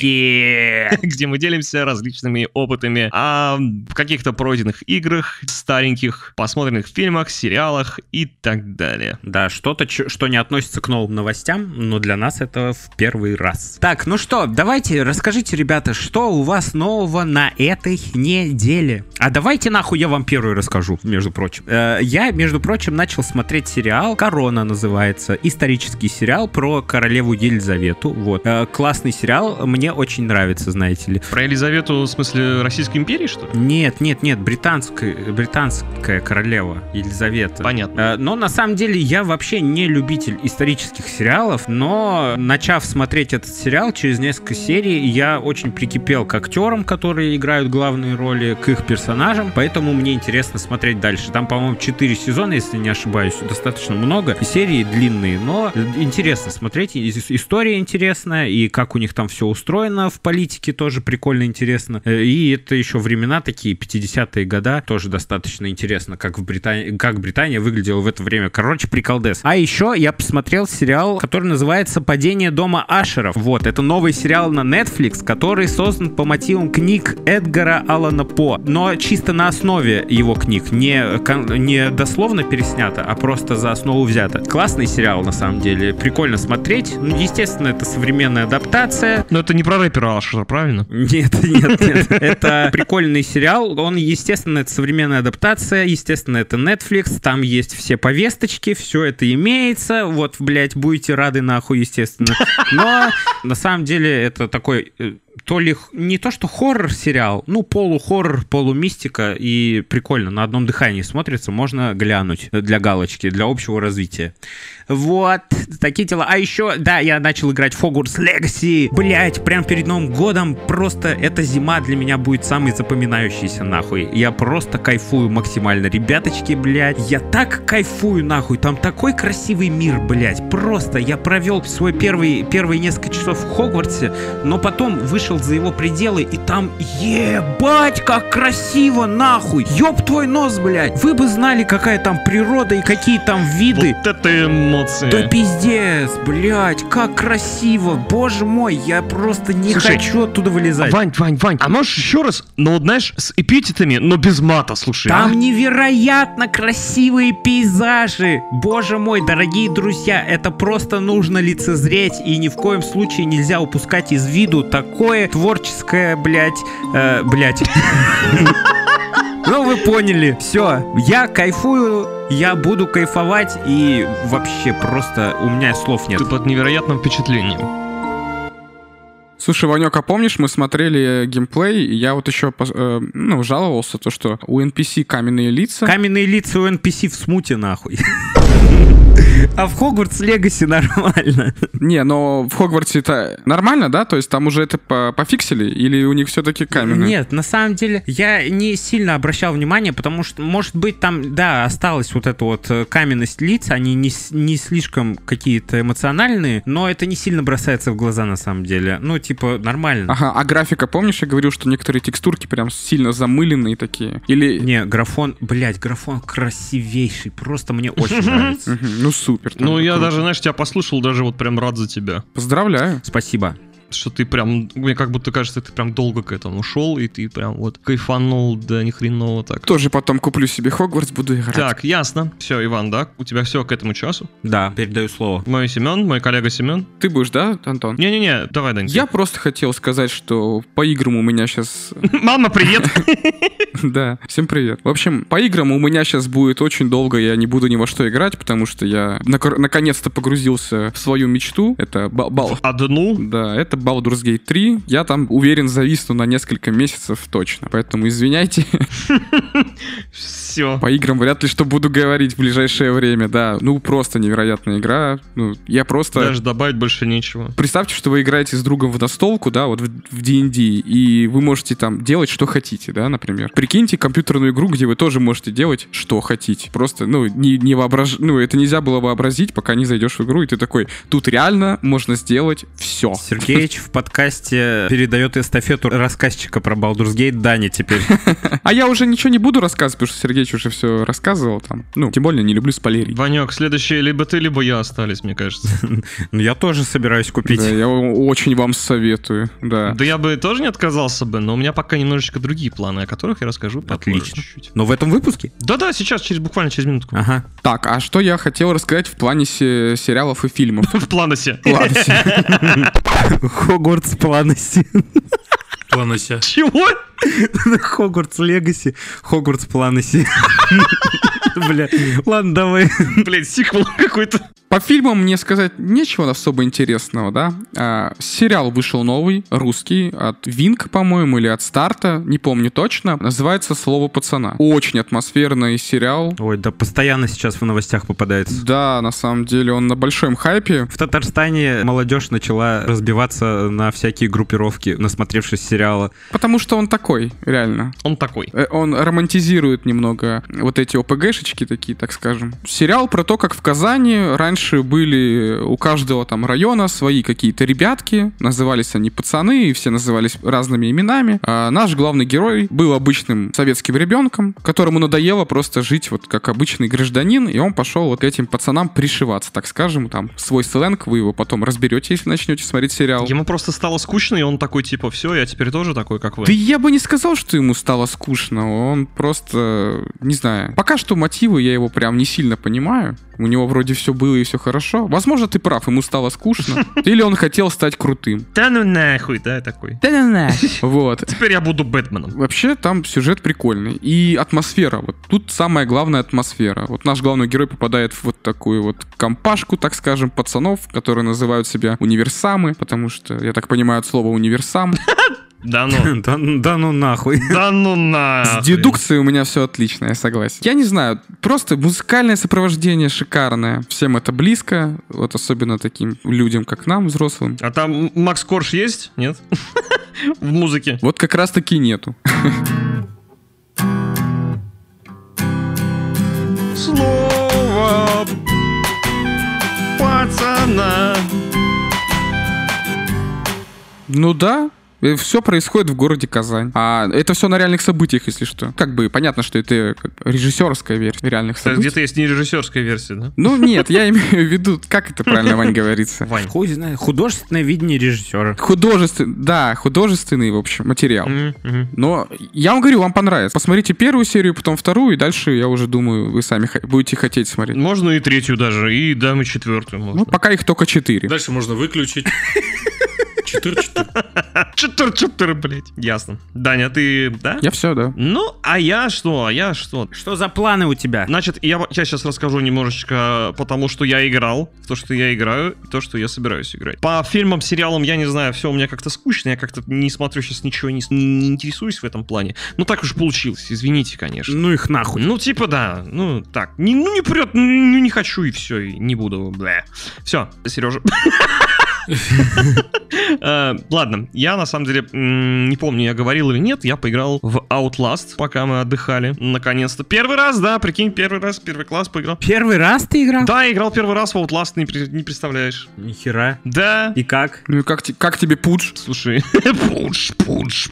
Е.
где мы делимся различными опытами а, в каких-то пройденных играх, стареньких, посмотренных фильмах, сериалах и так далее.
Да, что-то, чё- что не относится к новым новостям, но для нас это в первый раз. Так, ну что, давайте расскажите, ребята, что у вас нового на этой неделе. А давайте нахуй я вам первый расскажу, между прочим. Э, я, между прочим, начал смотреть сериал «Корона» называется. Исторический сериал про королеву Елизавету. Вот. Э, классный сериал, мне очень нравится, знаете ли.
Про Елизавету, в смысле, Российской империи, что ли?
Нет, нет, нет, британская, британская королева Елизавета.
Понятно.
Э, Но на самом деле я вообще не любитель исторических сериалов, но начав смотреть этот сериал через несколько серий, я очень прикипел к актерам, которые играют главные роли, к их персонажам, поэтому мне интересно смотреть дальше. Там, по-моему, 4 сезона, если не ошибаюсь, достаточно много, и серии длинные, но интересно смотреть, и ис- история интересная, и как у них там все устроено в политике тоже прикольно интересно. Э, И это еще времена такие, 50-е года, тоже достаточно интересно, как, в Британии, как Британия выглядела в это время. Короче, приколдес. А еще я посмотрел сериал, который называется «Падение дома Ашеров». Вот, это новый сериал на Netflix, который создан по мотивам книг Эдгара Алана По, но чисто на основе его книг, не, кон- не дословно переснято, а просто за основу взято. Классный сериал, на самом деле, прикольно смотреть. Ну, естественно, это современная адаптация,
Но это не про рэпера Алшера, правильно?
нет, нет, нет. Это прикольный сериал. Он, естественно, это современная адаптация. Естественно, это Netflix. Там есть все повесточки, все это имеется. Вот, блядь, будете рады нахуй, естественно. Но на самом деле это такой э, то ли х- не то что хоррор сериал, ну полухоррор, полумистика и прикольно на одном дыхании смотрится, можно глянуть э, для галочки, для общего развития. Вот, такие дела. А еще, да, я начал играть в Hogwarts Legacy. Блять, прям перед Новым годом просто эта зима для меня будет самой запоминающейся нахуй. Я просто кайфую максимально. Ребяточки, блять, я так кайфую нахуй. Там такой красивый мир, блять. Просто я провел свой первый, первые несколько часов в Хогвартсе, но потом вышел за его пределы и там ебать, как красиво нахуй. Ёб твой нос, блять. Вы бы знали, какая там природа и какие там виды.
Вот это эмоции. А
Да пиздец, блядь, как красиво, боже мой, я просто не
Слушай,
хочу оттуда вылезать.
Вань, Вань, Вань, а можешь еще раз, но вот знаешь, с эпитетами, но без мата, слушай.
Там
а?
невероятно красивые пейзажи. Боже мой, дорогие друзья, это просто нужно лицезреть и ни в коем случае нельзя упускать из виду такое творческое, блядь, э, блядь. Ну вы поняли, все, я кайфую, я буду кайфовать и вообще просто у меня слов нет.
Ты под невероятным впечатлением.
Слушай, Ванек, а помнишь, мы смотрели геймплей, и я вот еще пос- э, ну, жаловался, то, что у NPC каменные лица.
Каменные лица у NPC в смуте, нахуй. А в Хогвартс Легаси нормально.
Не, но в Хогвартсе это нормально, да? То есть там уже это по- пофиксили? Или у них все-таки каменные?
Нет, на самом деле, я не сильно обращал внимание, потому что, может быть, там, да, осталась вот эта вот э, каменность лиц, они не, с- не слишком какие-то эмоциональные, но это не сильно бросается в глаза, на самом деле. Ну, типа, нормально.
Ага, а графика, помнишь, я говорил, что некоторые текстурки прям сильно замыленные такие? Или...
Не, графон, блядь, графон красивейший, просто мне очень нравится.
Мгм, ну супер. там
Ну, я
круто.
даже, знаешь, тебя послушал, даже вот прям рад за тебя.
Поздравляю.
Спасибо.
Что ты прям, мне как будто кажется, ты прям долго к этому шел, и ты прям вот кайфанул, да ни хреново так.
Тоже потом куплю себе Хогвартс, буду играть.
Так, ясно. Все, Иван, да? У тебя все к этому часу.
Да, передаю слово.
Мой Семен, мой коллега Семен.
Ты будешь, да, Антон?
Не-не-не, давай, Дань. ты.
Я просто хотел сказать, что по играм у меня сейчас...
Мама, привет!
Да, всем привет. В общем, по играм у меня сейчас будет очень долго, я не буду ни во что играть, потому что я накор- наконец-то погрузился в свою мечту. Это ба- бал...
Одну.
Да, это Baldur's Gate 3. Я там, уверен, зависну на несколько месяцев точно. Поэтому извиняйте,
Все.
по играм вряд ли что буду говорить в ближайшее время, да. Ну, просто невероятная игра. Ну, я просто...
Даже добавить больше нечего.
Представьте, что вы играете с другом в настолку, да, вот в в D&D, и вы можете там делать, что хотите, да, например. Прикиньте компьютерную игру, где вы тоже можете делать, что хотите. Просто, ну, не, не воображ... Ну, это нельзя было вообразить, пока не зайдешь в игру, и ты такой, тут реально можно сделать все.
Сергеич в подкасте передает эстафету рассказчика про Baldur's Gate Дане теперь.
А я уже ничего не буду рассказывать, потому что Сергеевич уже все рассказывал там. Ну, тем более не люблю спойлерить.
Ванек, следующие либо ты, либо я остались, мне кажется.
Ну, я тоже собираюсь купить.
Да, я о- очень вам советую, да.
Да я бы тоже не отказался бы, но у меня пока немножечко другие планы, о которых я расскажу попозже
Отлично.
чуть-чуть.
Но в этом выпуске?
Да-да, сейчас, через буквально через минутку.
Ага.
Так, а что я хотел рассказать в плане се- сериалов и фильмов?
В планосе.
Ладно, се-
Хогвартс Планаси.
Планося.
Чего?
Хогвартс Легаси. Хогвартс Планаси. Бля, ладно, давай.
Блин, сиквел какой-то.
По фильмам мне сказать нечего особо интересного, да. А, сериал вышел новый, русский, от Винк, по-моему, или от Старта, не помню точно. Называется «Слово пацана». Очень атмосферный сериал.
Ой, да постоянно сейчас в новостях попадается.
Да, на самом деле он на большом хайпе.
В Татарстане молодежь начала разбиваться на всякие группировки, насмотревшись сериала.
Потому что он такой, реально.
Он такой.
Э, Он романтизирует немного вот эти ОПГшечки такие, так скажем. Сериал про то, как в Казани раньше были у каждого там района свои какие-то ребятки. Назывались они пацаны, и все назывались разными именами. А наш главный герой был обычным советским ребенком, которому надоело просто жить вот как обычный гражданин, и он пошел вот к этим пацанам пришиваться, так скажем. Там свой сленг, вы его потом разберете, если начнете смотреть сериал.
Ему просто стало скучно, и он такой, типа, все, я теперь тоже такой, как вы.
Да я бы не сказал, что ему стало скучно. Он просто, не знаю. Пока что мотивы я его прям не сильно понимаю. У него вроде все было и все хорошо. Возможно, ты прав, ему стало скучно. Или он хотел стать крутым.
Да ну нахуй, да, такой.
Вот.
Теперь я буду Бэтменом.
Вообще там сюжет прикольный. И атмосфера. Вот тут самая главная атмосфера. Вот наш главный герой попадает в вот такую вот компашку, так скажем, пацанов, которые называют себя универсамы, потому что, я так понимаю, от слова универсам.
Да ну.
Да, да ну нахуй.
Да ну на.
С дедукцией у меня все отлично, я согласен. Я не знаю, просто музыкальное сопровождение шикарное. Всем это близко, вот особенно таким людям, как нам, взрослым.
А там Макс Корж есть? Нет? В музыке.
Вот как раз таки нету.
Слово пацана.
Ну да, все происходит в городе Казань. А это все на реальных событиях, если что. Как бы понятно, что это как режиссерская версия реальных
Кстати,
событий.
где-то есть не режиссерская версия, да?
Ну нет, я имею в виду, как это правильно, Вань, говорится.
Вань.
Хуй знает. Художественное видение режиссера.
Художественный, да, художественный, в общем, материал.
Мгм, мгм.
Но я вам говорю, вам понравится. Посмотрите первую серию, потом вторую, и дальше, я уже думаю, вы сами хо- будете хотеть смотреть.
Можно и третью даже, и дам и четвертую
Ну,
можно.
пока их только четыре.
Дальше можно выключить. Четыр-четыр.
Четыр-четыр, блядь. Ясно. Даня, а ты, да?
Я все, да.
Ну, а я что? А я что?
Что за планы у тебя?
Значит, я, я сейчас расскажу немножечко, потому что я играл, в то, что я играю, и то, что я собираюсь играть. По фильмам, сериалам, я не знаю, все у меня как-то скучно, я как-то не смотрю сейчас ничего, не, с- не интересуюсь в этом плане. Ну, так уж получилось, извините, конечно.
Ну их нахуй.
Ну, типа, да, ну, так, не, ну, не прет, ну, не хочу, и все, и не буду, Все, Сережа. Э, Ладно, я на самом деле м, не помню, я говорил или нет, я поиграл в Outlast, пока мы отдыхали. Наконец-то. Первый раз, да, прикинь, первый раз, первый класс поиграл.
Первый раз ты играл?
Да, играл первый раз в Outlast, не, при- не представляешь.
Нихера.
Да.
И как?
Ну и как, те- как тебе пудж?
Слушай, пуш, пуш,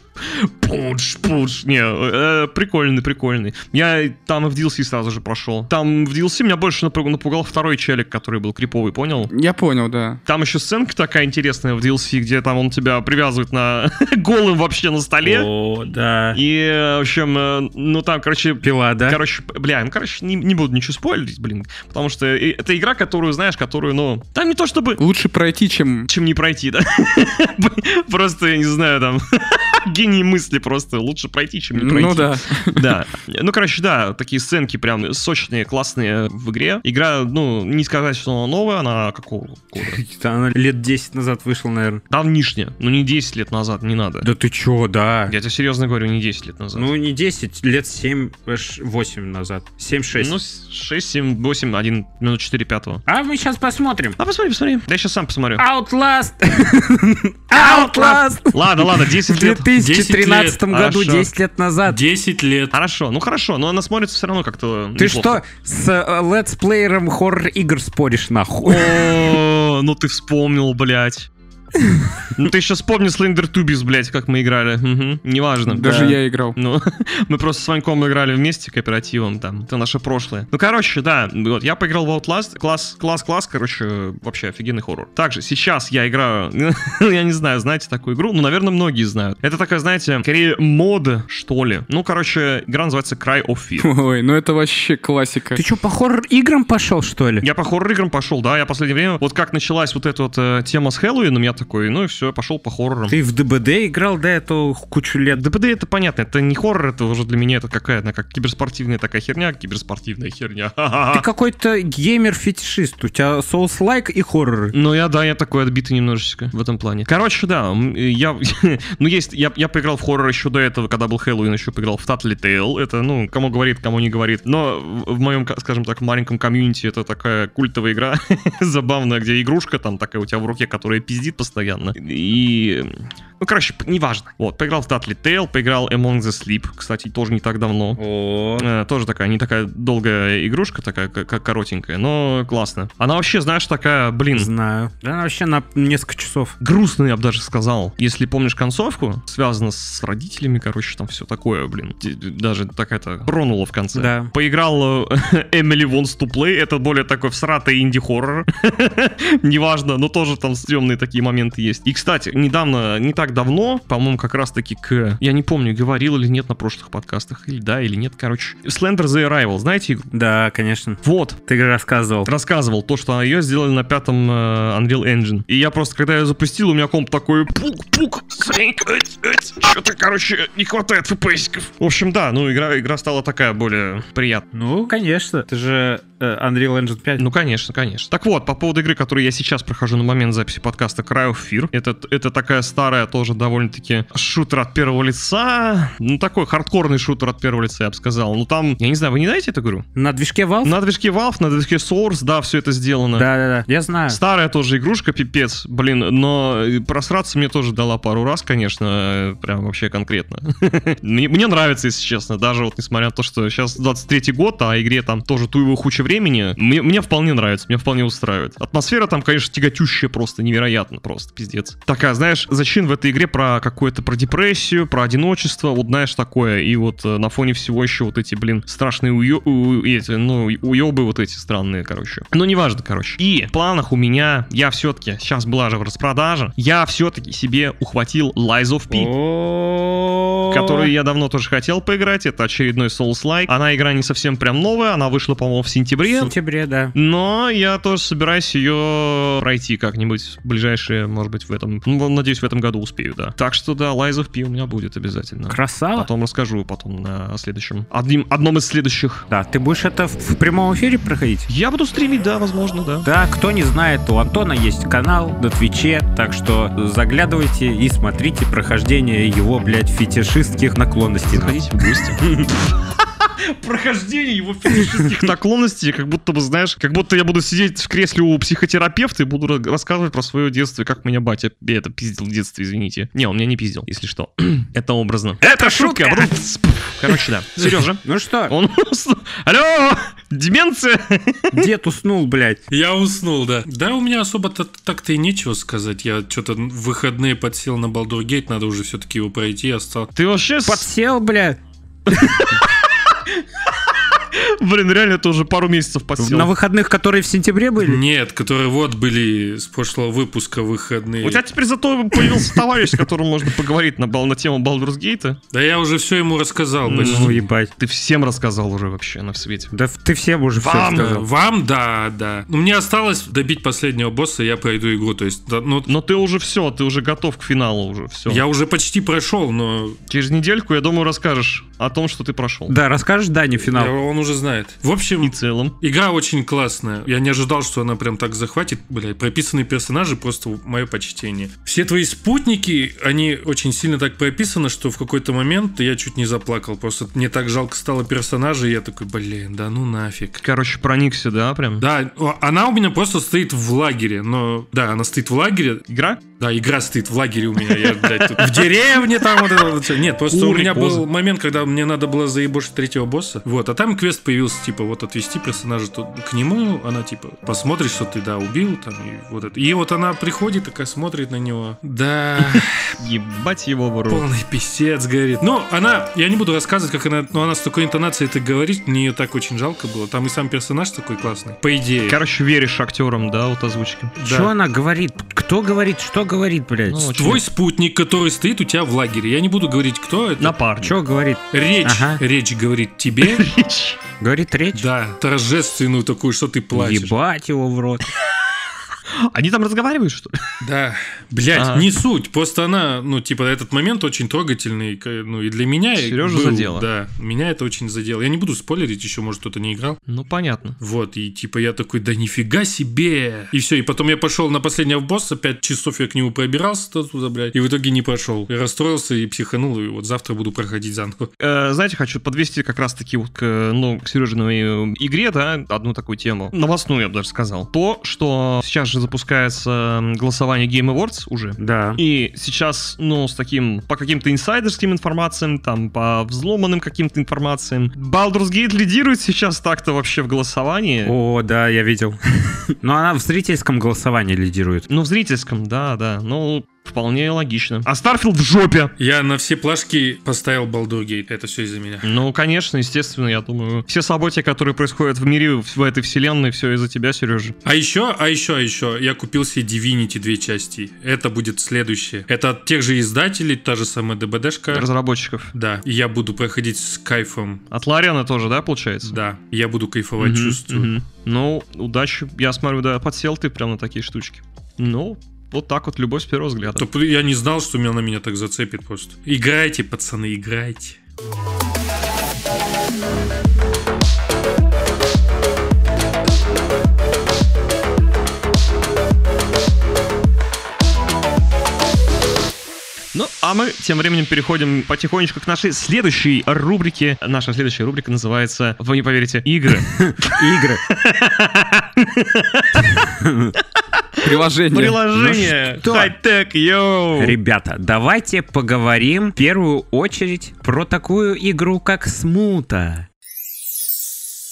пуш, пуш. Не, э, прикольный, прикольный. Я там и в DLC сразу же прошел. Там в DLC меня больше напу- напугал второй челик, который был криповый, понял?
Я понял, да.
Там еще сценка такая интересная в DLC, где там он тебя привязывает на голым вообще на столе.
О, да.
И, э, в общем, э, ну там, короче,
Пила, да?
Короче, п- бля, ну, короче, не, не буду ничего спойлерить, блин. Потому что э, это игра, которую, знаешь, которую, ну, там не то чтобы
Лучше пройти, чем...
чем не пройти, да? Просто, я не знаю, там, гений мысли просто. Лучше пройти, чем не пройти.
Ну да.
Да. Ну, короче, да, такие сценки прям сочные, классные в игре. Игра, ну, не сказать, что она новая, она какого года?
Она лет 10 назад вышла, наверное.
Давнишняя. Ну, не 10 лет назад, не надо.
Да ты чё, да.
Я тебе серьезно говорю, не 10 лет назад.
Ну, не 10, лет 7, 8 назад. 7-6.
Ну, 6, 7, 8, 1, минут 4, 5.
а мы сейчас посмотрим.
ну, А посмотри, посмотри. Да я сейчас сам посмотрю.
А. Outlast! Outlast!
Ладно, ладно,
В
10 лет.
2013
10 лет.
году,
Хорошо.
10 лет назад.
Десять лет.
Хорошо, ну хорошо, но она смотрится все равно как-то
Ты
неплохо.
что, с э, летсплеером хоррор-игр споришь, нахуй?
О, ну ты вспомнил, блядь. Ну ты сейчас вспомни Slender Tubis, блядь, как мы играли. Мгм. Неважно.
Даже
Да.
я играл.
Ну, мы просто с Ваньком играли вместе кооперативом там. Это наше прошлое. Ну, короче, да, вот я поиграл в Outlast. Класс, класс, класс, короче, вообще офигенный хоррор. Также сейчас я играю, я не знаю, знаете такую игру? Ну, наверное, многие знают. Это такая, знаете, скорее мода, что ли. Ну, короче, игра называется Cry of Fear.
Ой, ну это вообще классика.
Ты что, по хоррор-играм пошел, что ли?
Я по хоррор-играм пошел, да, я последнее время, вот как началась вот эта вот э, тема с Хэллоуином, я такой, ну и все, пошел по хоррорам.
Ты в ДБД играл до этого кучу лет.
ДПД это понятно, это не хоррор, это уже для меня это какая-то как киберспортивная такая херня, киберспортивная херня.
Ты какой-то геймер-фетишист. У тебя соус-лайк и хорроры.
Ну, я, да, я такой отбитый немножечко в этом плане. Короче, да, м, э, я, ну, есть, я, я поиграл в хоррор еще до этого, когда был Хэллоуин, еще поиграл в Tattle Tale, это, ну, кому говорит, кому не говорит, но в, в моем, ка- скажем так, маленьком комьюнити это такая культовая игра, забавная, где игрушка там такая у тебя в руке, которая пиздит постоянно, и... м, Ну, короче, п- неважно. Вот, поиграл в Tattle Tale, поиграл Among the Sleep, кстати, тоже не так давно.
О,
Э, Тоже такая, не такая долгая игрушка, такая к- к- коротенькая, но классно. Она вообще, знаешь, такая, блин,
знаю. Да, она вообще на несколько часов.
грустно, я бы даже сказал. Если помнишь концовку, связано с родителями, короче, там все такое, блин. Д- д- Даже такая-то пронула в конце.
Да.
Поиграл э, Эмили Вонс Туплей, это более такой всратый инди-хоррор. Неважно, но тоже там стрёмные такие моменты есть. И, кстати, недавно, не так давно, по-моему, как раз-таки к... Я не помню, говорил или нет на прошлых подкастах, или да, или нет, короче. Slender The Arrival, знаете игру?
Да, конечно.
Вот,
Ты рассказывал.
рассказывал то, что ее сделали на пятом э, Unreal Engine. И я просто, когда ее запустил, у меня комп такой пук-пук, что-то, короче, не хватает фпсиков. В общем, да, ну игра, игра стала такая более приятная.
Ну, конечно. Это же э, Unreal Engine 5.
Ну, конечно, конечно. Так вот, по поводу игры, которую я сейчас прохожу на момент записи подкаста Cry of Fear. Это, это такая старая тоже довольно-таки шутер от первого лица. Ну, такой хардкорный шутер от первого лица, я бы сказал. Ну, там, я не знаю, вы не знаете эту игру?
На движке Valve?
На движке Valve, на движке Source, да, все это сделано.
Да-да-да, я знаю.
Старая тоже игрушка, пипец, блин, но э, просраться мне тоже дала пару раз, конечно, э, прям вообще конкретно. Мне мне нравится, если честно, даже вот несмотря на то, что сейчас 23-й год, а игре там тоже ту его куча времени, мне, мне вполне нравится, меня вполне устраивает. Атмосфера там, конечно, тяготющая просто, невероятно просто, пиздец. Такая, знаешь, зачин в этой игре про какое-то, про депрессию, про одиночество, вот знаешь, такое, и вот э, на фоне всего еще вот эти, блин, страшные уё- у- эти, ну, уебы вот эти странные, короче. Ну, неважно, короче. И в планах у меня, я все-таки, сейчас была же распродажа, я все-таки себе ухватил Lies of P которую
Который...
я давно тоже хотел поиграть. Это очередной Souls-like. Она игра не совсем прям новая, она вышла, по-моему, в сентябре.
В сентябре, да.
Но я тоже собираюсь ее пройти как-нибудь в ближайшие, может быть, в этом... Ну, надеюсь, в этом году успею, да. Так что да, Lies of P у меня будет обязательно.
Красава.
Потом расскажу, потом на следующем... Одним, одном из следующих.
Да, ты будешь это в, в прямом эфире проходить?
Я буду стримить, да, возможно, да.
Да, кто не знает, у Антона есть канал на Твиче, так что заглядывайте и смотрите прохождение его, блядь, фетишистских наклонностей.
Заходите в гости. Прохождение его физических наклонностей, как будто бы, знаешь, как будто я буду сидеть в кресле у психотерапевта и буду ра- рассказывать про свое детство, и как меня батя э, это пиздил в детстве, извините. Не, он меня не пиздил, если что. Это образно. Это шутка! а потом пс- Короче, да. Сережа.
Ну что,
Он уснул. Алло! Деменция!
дед уснул, блядь.
Я уснул, да. Да, у меня особо-то так-то и нечего сказать. Я что-то в выходные подсел на Baldur Gate, надо уже все-таки его пройти, а я стал...
Ты вообще... с-
Подсел, блядь.
Блин, реально, это уже пару месяцев
На
подсел.
выходных, которые в сентябре были?
Нет, которые вот были с прошлого выпуска выходные.
У тебя теперь зато появился товарищ, с которым можно поговорить на, бал- на тему Baldur's Gate.
Да я уже все ему рассказал почти.
Ну, ебать.
Ты всем рассказал уже вообще на свете.
Да в- ты всем уже все
Вам,
Э,
сказал.
Вам, да, да. Ну, Мне осталось добить последнего босса, и я пройду игру. То есть, да, ну,
Но ты уже все, ты уже готов к финалу уже, все.
я уже почти прошел, но
Через недельку, я думаю, расскажешь о том, что ты прошел.
Да, расскажешь Дане финал?
он уже знает. В общем,
И целом.
Игра очень классная. Я не ожидал, что она прям так захватит. Бля, прописанные персонажи просто мое почтение. Все твои спутники, они очень сильно так прописаны, что в какой-то момент я чуть не заплакал. Просто мне так жалко стало персонажей. Я такой, блин, да ну нафиг.
Короче, проникся, да, прям?
Да, о, она у меня просто стоит в лагере, но... Да, она стоит в лагере.
Игра?
Да, игра стоит в лагере у меня. Я, блядь, тут в деревне там вот это вот всё. Нет, просто у
Куры,
меня
козы.
был момент, когда мне надо было заебошить третьего босса. Вот, а там квест появился, типа, вот отвести персонажа то к нему, она, типа, посмотрит, что ты, да, убил, там, и вот это. И вот она приходит, такая смотрит на него. Да,
Ебать его в рот.
полный писец, говорит. Но она, я не буду рассказывать, как она, но она с такой интонацией это говорит, мне ее так очень жалко было. Там и сам персонаж такой классный, по идее.
Короче, веришь актерам, да, вот озвучки.
Да.
Что она говорит? Кто говорит? Что говорит, блядь?
Ну,
Твой спутник, который стоит у тебя в лагере. Я не буду говорить, кто это.
Напарник.
Что говорит?
Речь,
Ага.
речь говорит тебе,
Говорит речь?
да, торжественную такую, что ты плачешь.
Ебать его в рот.
Они там разговаривают, что ли?
Да, блять,
Ага.
не суть. Просто она, ну, типа, этот момент очень трогательный, к- ну, и для меня. и
Серёжу
был,
задело.
Да, меня это очень задело. Я не буду спойлерить, еще, может, кто-то не играл.
Ну, понятно.
Вот, и типа я такой, да нифига себе! И все, и потом я пошел на последнего босса, 5 часов я к нему пробирался то туда, блядь, и в итоге не пошел. Я расстроился и психанул, и вот завтра буду проходить заново.
Э, знаете, хочу подвести как раз-таки вот к, э, ну, к Сережиной э, игре, да, одну такую тему. Новостную, я бы даже сказал. То, что сейчас же запускается м, голосование Game Awards уже.
Да.
И сейчас, ну, с таким, по каким-то инсайдерским информациям, там, по взломанным каким-то информациям. Baldur's Gate лидирует сейчас так-то вообще в голосовании.
О, да, я видел. Но она в зрительском голосовании лидирует.
Ну, в зрительском, да, да. Ну, вполне логично. А Starfield в жопе!
Я на все плашки поставил Baldur's Gate, это все из-за меня.
Ну, конечно, естественно, я думаю. Все события, которые происходят в мире, в в этой вселенной, все из-за тебя, Сережа.
А еще, а еще, а еще, я купил себе Divinity две части. Это будет следующее. Это от тех же издателей, та же самая ДБДшка.
Разработчиков.
Да, и я буду проходить с кайфом.
От Лариана тоже, да, получается?
Да, я буду кайфовать,
Мгм,
чувствую.
мгм. Ну, удачи. Я смотрю, да, подсел ты прям на такие штучки. Ну, вот так вот, любовь с первого взгляда.
То п- я не знал, что меня на меня так зацепит просто. Играйте, пацаны, играйте.
Ну, а мы тем временем переходим потихонечку к нашей следующей рубрике. Наша следующая рубрика называется, вы не поверите, игры.
Игры.
Приложение.
Приложение.
что?
Хай-тек, йоу.
Ребята, давайте поговорим в первую очередь про такую игру, как Смута.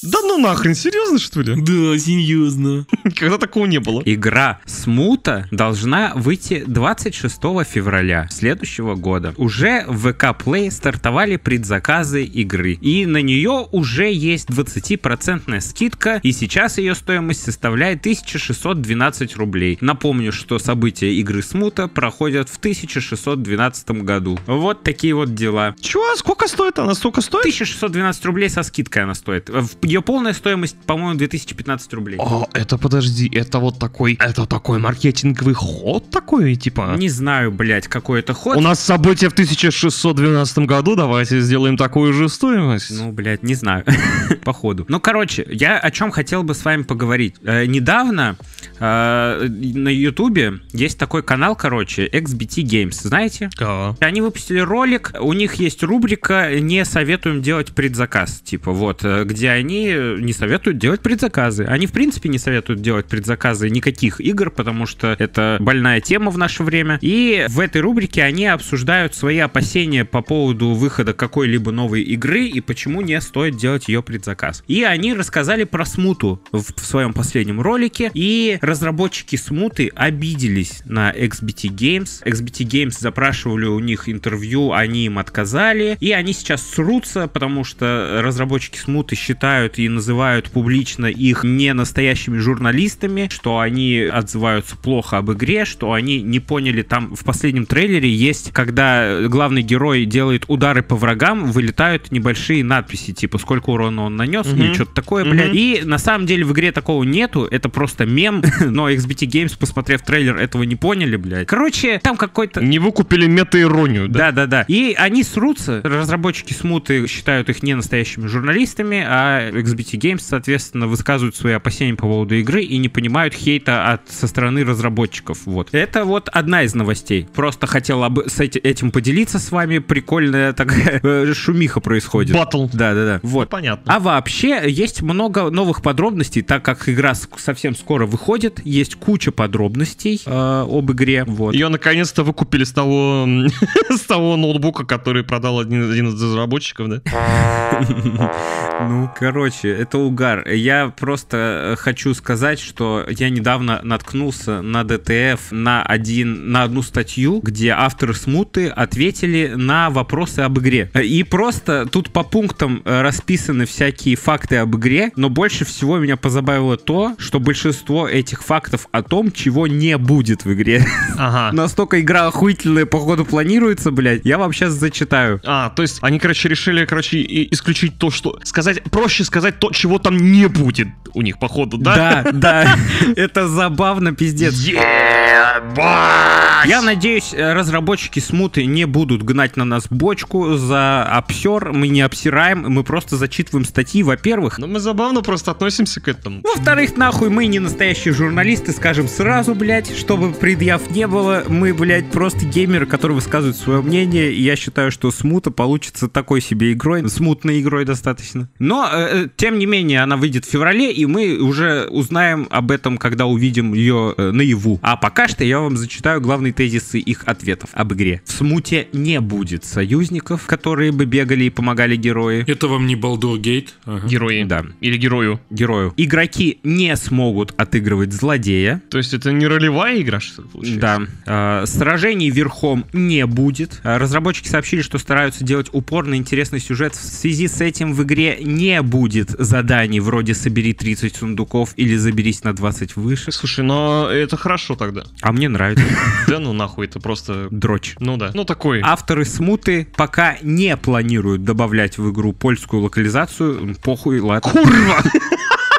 Да ну нахрен, серьезно что ли?
Да, серьезно.
Никогда такого не было.
Игра Смута должна выйти 26 февраля следующего года. Уже в ВК Play стартовали предзаказы игры. И на нее уже есть 20% скидка, и сейчас ее стоимость составляет 1612 рублей. Напомню, что события игры Смута проходят в 1612 году. Вот такие вот дела.
Чего? а Сколько стоит она? Сколько стоит?
1612 рублей со скидкой она стоит. Ее полная стоимость, по-моему, 2015 рублей.
О, это подожди, это вот такой, это такой маркетинговый ход такой, типа.
Не знаю, блядь, какой это ход.
У нас событие в 1612 году, давайте сделаем такую же стоимость.
Ну, блядь, не знаю. Походу. Ну, короче, я о чем хотел бы с вами поговорить. Э, недавно э, на Ютубе есть такой канал, короче, XBT Games. Знаете?
Кого?
Они выпустили ролик, у них есть рубрика «Не советуем делать предзаказ», типа вот, э, где они э, не советуют делать предзаказы. Они, в принципе, не советуют делать предзаказы никаких игр, потому что это больная тема в наше время. И в этой рубрике они обсуждают свои опасения по поводу выхода какой-либо новой игры и почему не стоит делать ее предзаказ. И они рассказали про смуту в, в своем последнем ролике, и разработчики смуты обиделись на XBT Games. XBT Games запрашивали у них интервью, они им отказали, и они сейчас срутся, потому что разработчики смуты считают и называют публично их не настоящими журналистами, что они отзываются плохо об игре, что они не поняли, там в последнем трейлере есть, когда главный герой делает удары по врагам, вылетают небольшие надписи, типа сколько урона он нанес,
Мгм.
или что-то такое,
Мгм.
блядь. И на самом деле в игре такого нету, это просто мем, но XBT Games, посмотрев трейлер, этого не поняли, блядь. Короче, там какой-то...
Не выкупили мета-иронию, да?
Да, да, да. И они срутся. Разработчики смуты считают их не настоящими журналистами, а XBT Games, соответственно, высказывают свои опасения по поводу игры и не понимают хейта от, со стороны разработчиков. Вот. Это вот одна из новостей. Просто хотел об, с эти- этим поделиться с вами. Прикольная такая э, шумиха происходит.
Баттл.
Да, да, да. Вот.
Понятно.
А вообще есть много новых подробностей, так как игра ск- совсем скоро выходит, есть куча подробностей э, об игре. Вот.
Ее наконец-то выкупили с того, с того ноутбука, который продал один, один из разработчиков, да?
Ну, короче, это угар. Я просто э, хочу сказать, что я недавно наткнулся на ДТФ на, один, на одну статью, где авторы смуты ответили на вопросы об игре. Э, И просто тут по пунктам э, расписаны всякие факты об игре, но больше всего меня позабавило то, что большинство этих фактов о том, чего не будет в игре.
Ага.
Настолько игра охуительная, походу, планируется, блядь. Я вам сейчас зачитаю.
А, то есть они, короче, решили, короче, и- исключить то, что... Сказать, проще сказать то, чего там не будет у них, походу, да?
Да, да. Это забавно, пиздец. Я надеюсь, э, разработчики смуты не будут гнать на нас бочку за обсер. Мы не обсираем, мы просто зачитываем статьи, во-первых.
Ну, мы забавно просто относимся к этому.
Ну, Во-вторых, нахуй мы не настоящие журналисты, скажем сразу, блядь, чтобы предъяв не было. Мы, блядь, просто геймеры, которые высказывают свое мнение. И я считаю, что смута получится такой себе игрой, смутной игрой достаточно. Но, э, э, тем не менее, она выйдет в феврале, и мы уже узнаем об этом, когда увидим ее э, наяву. А пока что я вам зачитаю главные тезисы их ответов об игре. В смуте не будет союзников, которые бы бегали и помогали герои.
Это вам не Балдур Гейт? Ага.
Герои.
Ну, Да.
Или герою.
Герою. Игроки не смогут отыгрывать злодея.
То есть это не ролевая игра, что ли, получается?
Да. Э, Сражений верхом не будет. Э, Разработчики сообщили, что стараются делать упорный интересный сюжет. В связи с этим в игре не будет заданий вроде «собери 30 сундуков» или «заберись на 20 выше».
Слушай, но это хорошо тогда.
А мне нравится
Да ну нахуй, это просто...
дрочь.
Ну да. Ну такой.
Авторы смуты пока не планируют добавлять в игру польскую локализацию. М, Похуй, ладно.
Курва!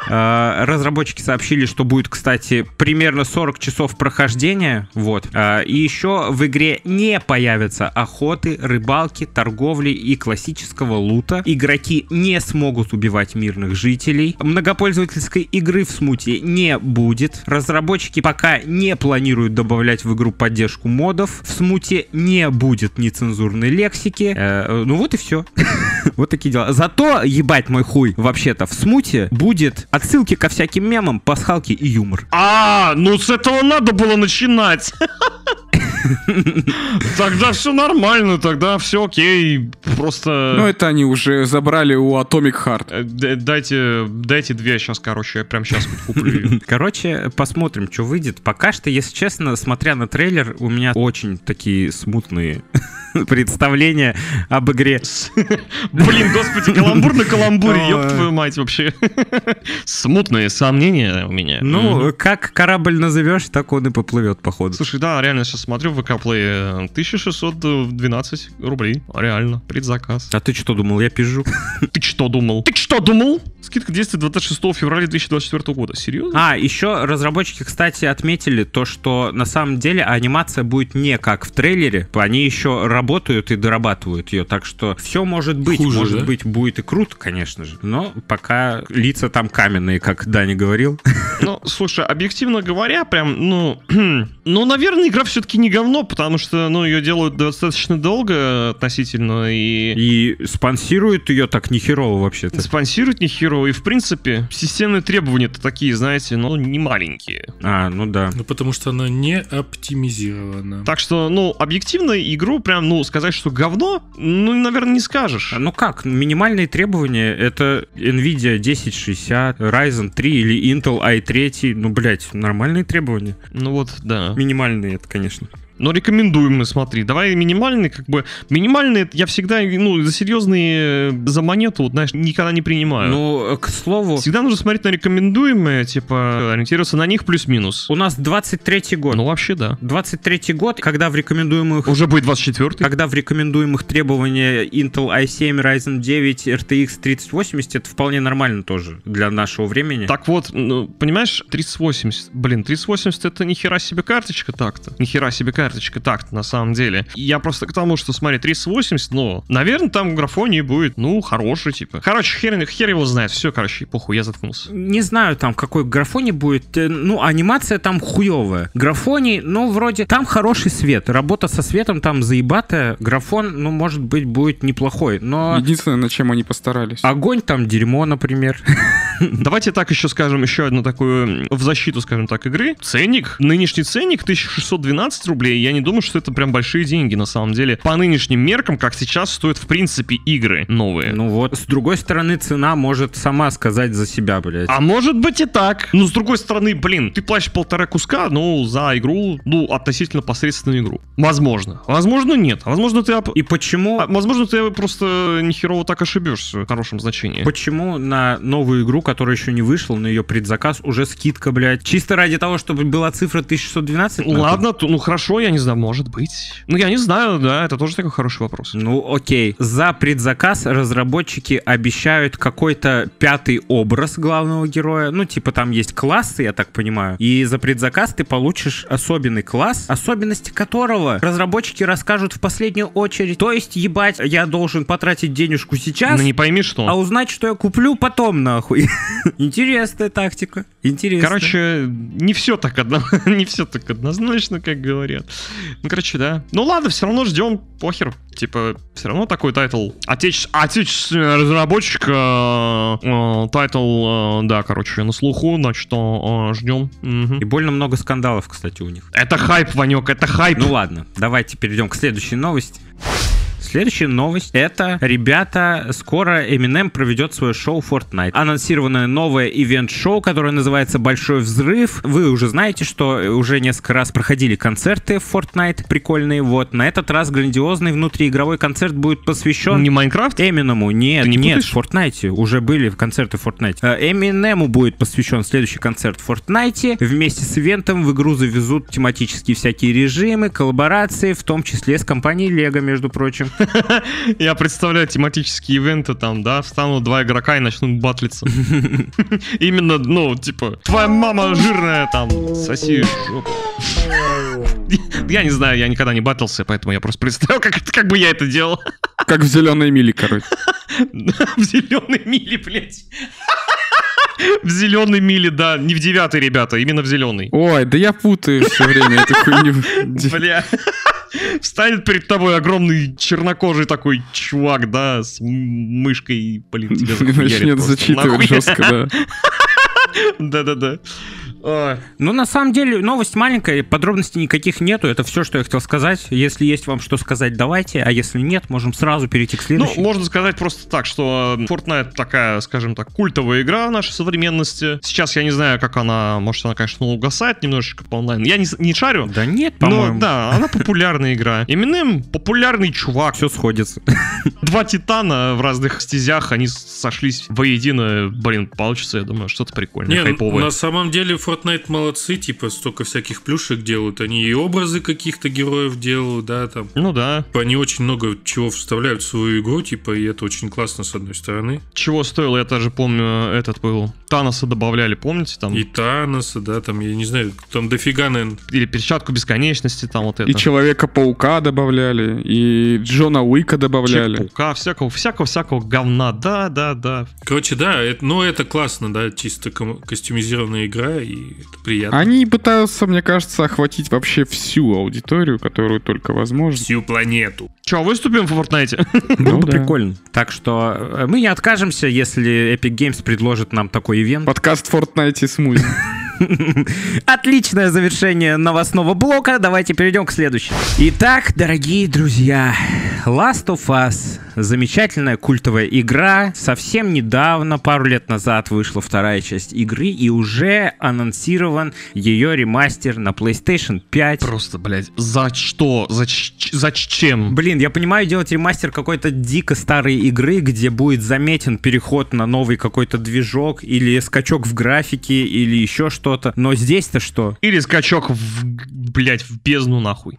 Э, Разработчики сообщили, что будет, кстати, примерно 40 часов прохождения. Вот. Э, И еще в игре не появятся охоты, рыбалки, торговли и классического лута. Игроки не смогут убивать мирных жителей. Многопользовательской игры в смуте не будет. Разработчики пока не планируют добавлять в игру поддержку модов. В смуте не будет нецензурной лексики. Э, э, Ну вот и все. Вот такие дела. Зато, ебать мой хуй, вообще-то в смуте будет отсылки ко всяким мемам, пасхалки и юмор.
А, ну с этого надо было начинать. Тогда все нормально, тогда все окей.
Ну,
Просто
это они уже забрали у Atomic Heart.
э, д- дайте, дайте две сейчас, короче, я прям сейчас куплю.
Короче, посмотрим, что выйдет. Пока что, если честно, смотря на трейлер, у меня очень такие смутные представления об игре.
Блин, господи, каламбур на каламбуре, ёб твою мать вообще. Смутные сомнения у меня.
Ну, как корабль назовешь, так он и поплывет, походу.
э, Слушай, да, реально сейчас смотрю в э, ВК-плее 1612 рублей. Реально, предзаказ.
А ты что думал, я пижу?
Ты что думал? Ты что думал? Скидка действует 26 февраля 2024 года. Серьезно?
А, еще разработчики, кстати, отметили то, что на самом деле анимация будет не как в трейлере. Они еще работают и дорабатывают ее. Так что все может быть.
Хуже,
может
да?
быть, будет и круто, конечно же. Но пока лица там каменные, как Дани говорил.
Ну, слушай, объективно говоря, прям, ну, ну, наверное, игра все-таки не говно, потому что, ну, ее делают достаточно долго относительно и
И спонсируют ее так нехерово вообще-то.
спонсируют нехерово, и, в принципе, системные требования-то такие, знаете, ну, не маленькие.
А, ну да.
Ну, потому что она не оптимизирована.
Так что, ну, объективно игру прям, ну, сказать, что говно, ну, наверное, не скажешь.
А Ну как, минимальные требования это Nvidia 1060, Ryzen 3 или Intel i3. Ну, блядь, нормальные требования.
Ну вот, да.
Минимальные это, конечно.
Но рекомендуем мы, смотри. Давай минимальный, как бы... Минимальный, я всегда, ну, за серьезные, э, за монету, вот, знаешь, никогда не принимаю.
Ну, э, к слову,
Всегда нужно смотреть на рекомендуемые, типа, ориентироваться на них плюс-минус.
У нас 23-й год.
Ну, вообще, да.
23-й год, когда в рекомендуемых
Уже будет 24-й.
когда в рекомендуемых требования Intel i7, Ryzen 9, RTX 3080, это вполне нормально тоже для нашего времени.
Так вот, ну, понимаешь, 3080, блин, 3080 это нихера себе карточка так-то. Нихера себе карточка так-то, на самом деле. И Я просто к тому, что, смотри, 3080, ну, наверное, там графоний будет, ну, хороший, типа. Короче, хер, хер его знает, все, короче, похуй, я заткнулся.
Не знаю там, какой графоне будет. Э, Ну, анимация там хуевая. Графоний, ну, вроде... Там хороший свет. Работа со светом там заебатая. Графон, ну, может быть, будет неплохой. Но А
Единственное, над чем они постарались.
огонь там дерьмо, например.
Давайте так еще скажем, еще одну такую м, в защиту, скажем так, игры. Ценник, нынешний ценник 1612 рублей. Я не думаю, что это прям большие деньги на самом деле. По нынешним меркам, как сейчас, стоят в принципе игры новые.
Ну вот, с другой стороны, цена может сама сказать за себя, блядь.
А может быть и так. Но с другой стороны, блин, ты платишь полтора куска, ну, за игру, ну, относительно посредственную игру. Возможно. Возможно, нет. Возможно, ты... об-
И почему...
а, Возможно, ты просто нехерово так ошибешься в хорошем значении.
Почему на новую игру, которая еще не вышла, на ее предзаказ уже скидка, блядь? Чисто ради того, чтобы была цифра 1612? нахуй?
Ладно, ту- ну хорошо, я не знаю, может быть. Ну я не знаю, да, это тоже такой хороший вопрос.
Ну, окей. За предзаказ разработчики обещают какой-то пятый образ главного героя. Ну, типа там есть классы, я так понимаю. И за предзаказ ты получишь особенный класс, особенности которого разработчики расскажут в последнюю очередь. То есть, ебать, я должен потратить денежку сейчас,
Ну не пойми, что.
а узнать, что я куплю потом, нахуй. Интересная тактика. Интересно.
Короче, не все так одно, не все так однозначно, как говорят. Ну, короче, да. Ну ладно, все равно ждем, похер. Типа, все равно такой тайтл. Отече- Отечественный разработчик, э, э, тайтл, э, да, короче, на слуху, значит, э, ждем.
И больно много скандалов, кстати, у них.
Это хайп, Ванек, это хайп.
Ну ладно, давайте перейдем к следующей новости. Следующая новость — это, ребята, скоро Eminem проведет свое шоу Fortnite. Анонсированное новое ивент-шоу, которое называется «Большой взрыв». Вы уже знаете, что уже несколько раз проходили концерты в Fortnite, прикольные. Вот, на этот раз грандиозный внутриигровой концерт будет посвящен...
не Майнкрафт?
Эминему, нет,
Ты не
нет,
путаешь?
в Фортнайте уже были концерты в Фортнайте. Э, Эминему будет посвящен следующий концерт в Фортнайте. Вместе с ивентом в игру завезут тематические всякие режимы, коллаборации, в том числе с компанией Лего, между прочим.
Я представляю тематические ивенты там, да, встанут два игрока и начнут батлиться. Именно, ну, типа, твоя мама жирная там, соси жопу. Я не знаю, я никогда не батлился, поэтому я просто представил, как, это- как бы я это делал.
Как в зеленой миле, короче.
В зеленой миле, блядь. В зеленой миле, да, не в девятой, ребята, именно в зеленой.
Ой, да я путаю все время эту хуйню.
Бля. Встанет перед тобой огромный чернокожий такой чувак, да, с м- мышкой и, блин, тебя захуярит
Начнет
просто.
зачитывать
Нахуя?
жестко, да.
Да-да-да. А,
Ну, на самом деле, новость маленькая, подробностей никаких нету. Это все, что я хотел сказать. Если есть вам что сказать, давайте. А если нет, можем сразу перейти к
Ну,
следующему.
можно сказать просто так, что э, Fortnite такая, скажем так, культовая игра в нашей современности. Сейчас я не знаю, как она, может, она, конечно, угасает немножечко по онлайн. Я не, с- не шарю.
да нет,
Но
по-моему.
Ну, да, она популярная игра. Eminem популярный чувак.
Все сходится.
Два титана в разных стезях, они с- сошлись воедино. Блин, получится, я думаю, что-то прикольное,
Не, ну,
хайповое.
на самом деле Fortnite молодцы, типа столько всяких плюшек делают, они и образы каких-то героев делают, да, там.
Ну да.
Они очень много чего вставляют в свою игру, типа, и это очень классно, с одной стороны.
Чего стоило, я даже помню, этот был. Таноса добавляли, помните, там?
И Таноса, да, там, я не знаю, там дофига, наверное,
Или перчатку бесконечности, там вот это.
И Человека-паука добавляли, и Джона Уика добавляли.
Паука, всякого, всякого, всякого говна. Да, да, да.
Короче, да, это, ну это классно, да, чисто ком- костюмизированная игра, и это приятно.
Они пытаются, мне кажется, охватить вообще всю аудиторию, которую только возможно.
Всю планету.
Че, а выступим в Fortnite?
Было
Ну
бы
да.
прикольно. Так что э, мы не откажемся, если Epic Games предложит нам такой ивент.
Подкаст Fortnite и смузи.
Отличное завершение новостного блока. Давайте перейдем к следующему. Итак, дорогие друзья, Last of Us замечательная культовая игра. Совсем недавно, пару лет назад, вышла вторая часть игры, и уже анонсирован ее ремастер на PlayStation 5.
Просто, блядь, за что? За, ч- зачем?
Блин, я понимаю, делать ремастер какой-то дико старой игры, где будет заметен переход на новый какой-то движок или скачок в графике или еще что-то. Но здесь-то что?
Или скачок в, блядь, в бездну нахуй.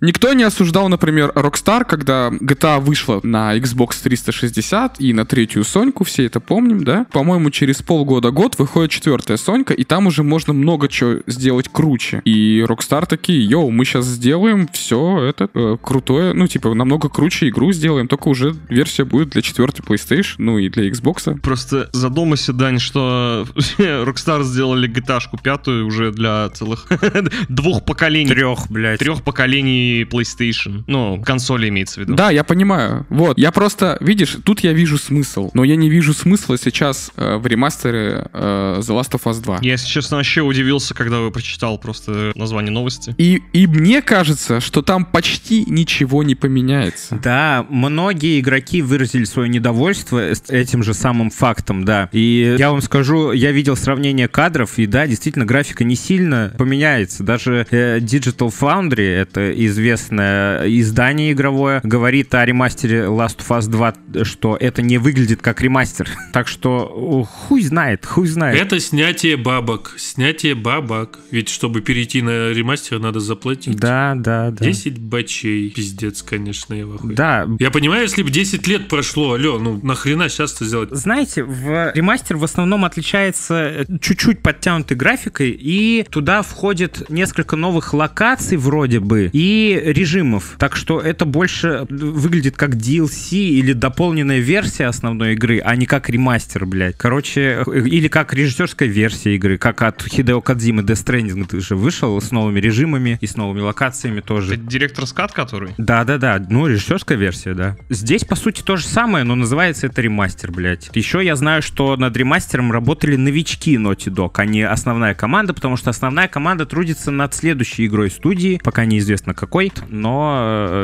Никто не осуждал, например, Rockstar, когда GTA вышла на Xbox 360 и на третью Соньку, все это помним, да? По-моему, через полгода-год выходит четвертая Сонька, и там уже можно много чего сделать круче. И Rockstar такие, йоу, мы сейчас сделаем все это э, крутое, ну, типа, намного круче игру сделаем, только уже версия будет для четвертой PlayStation, ну, и для Xbox.
Просто задумайся, Дань, что Rockstar сделали gta пятую уже для целых двух поколений.
Трех, блядь.
Трех поколений PlayStation. Ну, консоли имеется в виду.
Да, я понимаю. Вот, я просто, видишь, тут я вижу смысл, но я не вижу смысла сейчас э, в ремастере э, The Last of Us 2.
Я, если честно, вообще удивился, когда вы прочитал просто название новости.
И, и мне кажется, что там почти ничего не поменяется.
Да, многие игроки выразили свое недовольство с этим же самым фактом, да. И я вам скажу, я видел сравнение кадров, и да, действительно, графика не сильно поменяется. Даже э, Digital Foundry, это известное издание игровое, говорит о ремастере Last of Us 2, что это не выглядит как ремастер. Так что о, хуй знает, хуй знает.
Это снятие бабок. Снятие бабок. Ведь чтобы перейти на ремастер, надо заплатить.
Да, да, да.
10 бачей. Пиздец, конечно, я в ахуе.
Да,
Я понимаю, если бы 10 лет прошло, алло, ну нахрена сейчас это сделать?
Знаете, в ремастер в основном отличается э, чуть-чуть подтянутой графикой, и туда входит несколько новых локаций вроде бы и режимов. Так что это больше э, выглядит как DLC или дополненная версия основной игры, а не как ремастер, блядь. Короче, э, или как режиссерская версия игры, как от Хидео Кадзимы Death Stranding ты же вышел с новыми режимами и с новыми локациями тоже.
Это директор скат, который?
Да-да-да, ну, режиссерская версия, да. Здесь, по сути, то же самое, но называется это ремастер, блядь. Еще я знаю, что над ремастером работали новички Naughty Dog, а не основная команда, потому что основная команда трудится над следующей игрой студии, пока неизвестно какой, но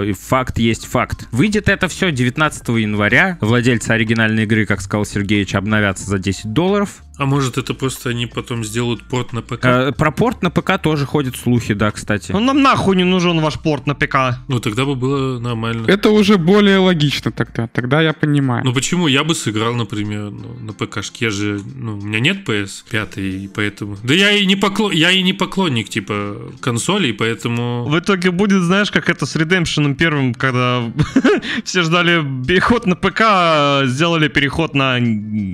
э, факт есть факт. Выйдет это все 19 января. Владельцы оригинальной игры, как сказал Сергеевич, обновятся за 10 долларов.
А может это просто они потом сделают порт на ПК?
Э, про порт на ПК тоже ходят слухи, да, кстати.
Ну нам нахуй не нужен ваш порт на ПК.
Ну тогда бы было нормально.
Это уже более логично тогда. Тогда я понимаю.
Ну почему? Я бы сыграл, например, ну, на ПКшке. Я же, ну, у меня нет PS5, и поэтому... Да я и не, покло... я и не поклонник, типа, консолей, поэтому...
В итоге будет, знаешь, как это с Redemption первым, когда все ждали переход на ПК, а сделали переход на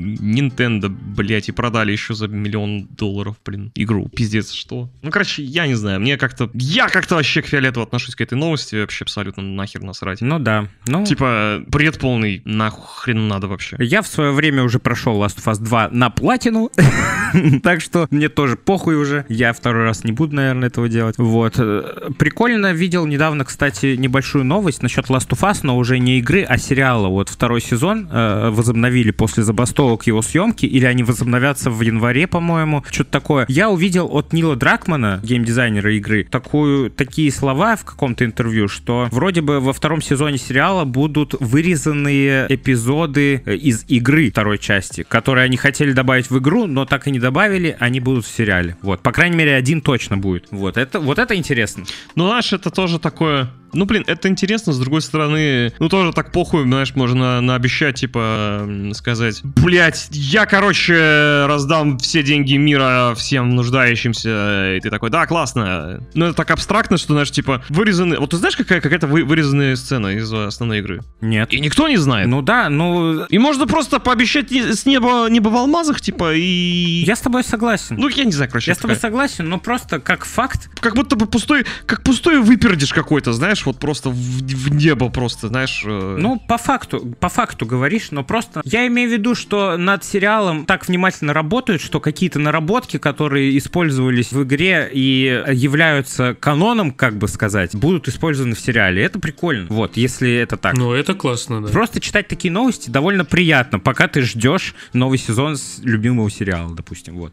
Nintendo, блять, и продали еще за миллион долларов, блин, игру. Пиздец, что? Ну, короче, я не знаю, мне как-то... Я как-то вообще к фиолету отношусь к этой новости, вообще абсолютно нахер насрать.
Ну да. Ну,
Типа, бред полный, нахрен надо вообще.
Я в свое время уже прошел Last of Us 2 на платину, так что мне тоже похуй уже. Я второй раз не буду, наверное, этого делать. Вот. Э, Прикольно видел недавно, кстати, небольшую новость насчет Last of Us, но уже не игры, а сериала. Вот второй сезон э, возобновили после забастовок его съемки, или они возобновятся в январе, по-моему, что-то такое. Я увидел от Нила Дракмана, геймдизайнера игры, такую, такие слова в каком-то интервью, что вроде бы во втором сезоне сериала будут вырезанные эпизоды э, из игры второй части, которые они хотели добавить в игру, но так и не добавили, они будут в сериале. Вот, по крайней мере, один точно будет. Вот это, вот это интересно.
Ну, знаешь, это тоже такое... Ну, блин, это интересно, с другой стороны, ну, тоже так похуй, знаешь, можно наобещать, типа, м, сказать, блять, я, короче, раздам все деньги мира всем нуждающимся, и ты такой, да, классно. Но это так абстрактно, что, знаешь, типа, вырезаны... Вот ты знаешь, какая какая-то вы- вырезанная сцена из э, основной игры?
Нет.
И никто не знает.
Ну да, ну
И можно просто пообещать не- с неба, небо в алмазах, типа, и...
я с тобой согласен.
Ну, я не знаю, короче.
я с тобой
такая-
согласен, но просто как факт,
Как будто бы пустой, как пустой выпердишь какой-то, знаешь, вот просто в, в небо просто, знаешь. э,
ну по факту, по факту говоришь, но просто я имею в виду, что над сериалом так внимательно работают, что какие-то наработки, которые использовались в игре и являются каноном, как бы сказать, будут использованы в сериале. Это прикольно. Вот, если это так.
Ну, это классно, да.
Просто читать такие новости довольно приятно, пока ты ждешь новый сезон с любимого сериала, допустим, вот.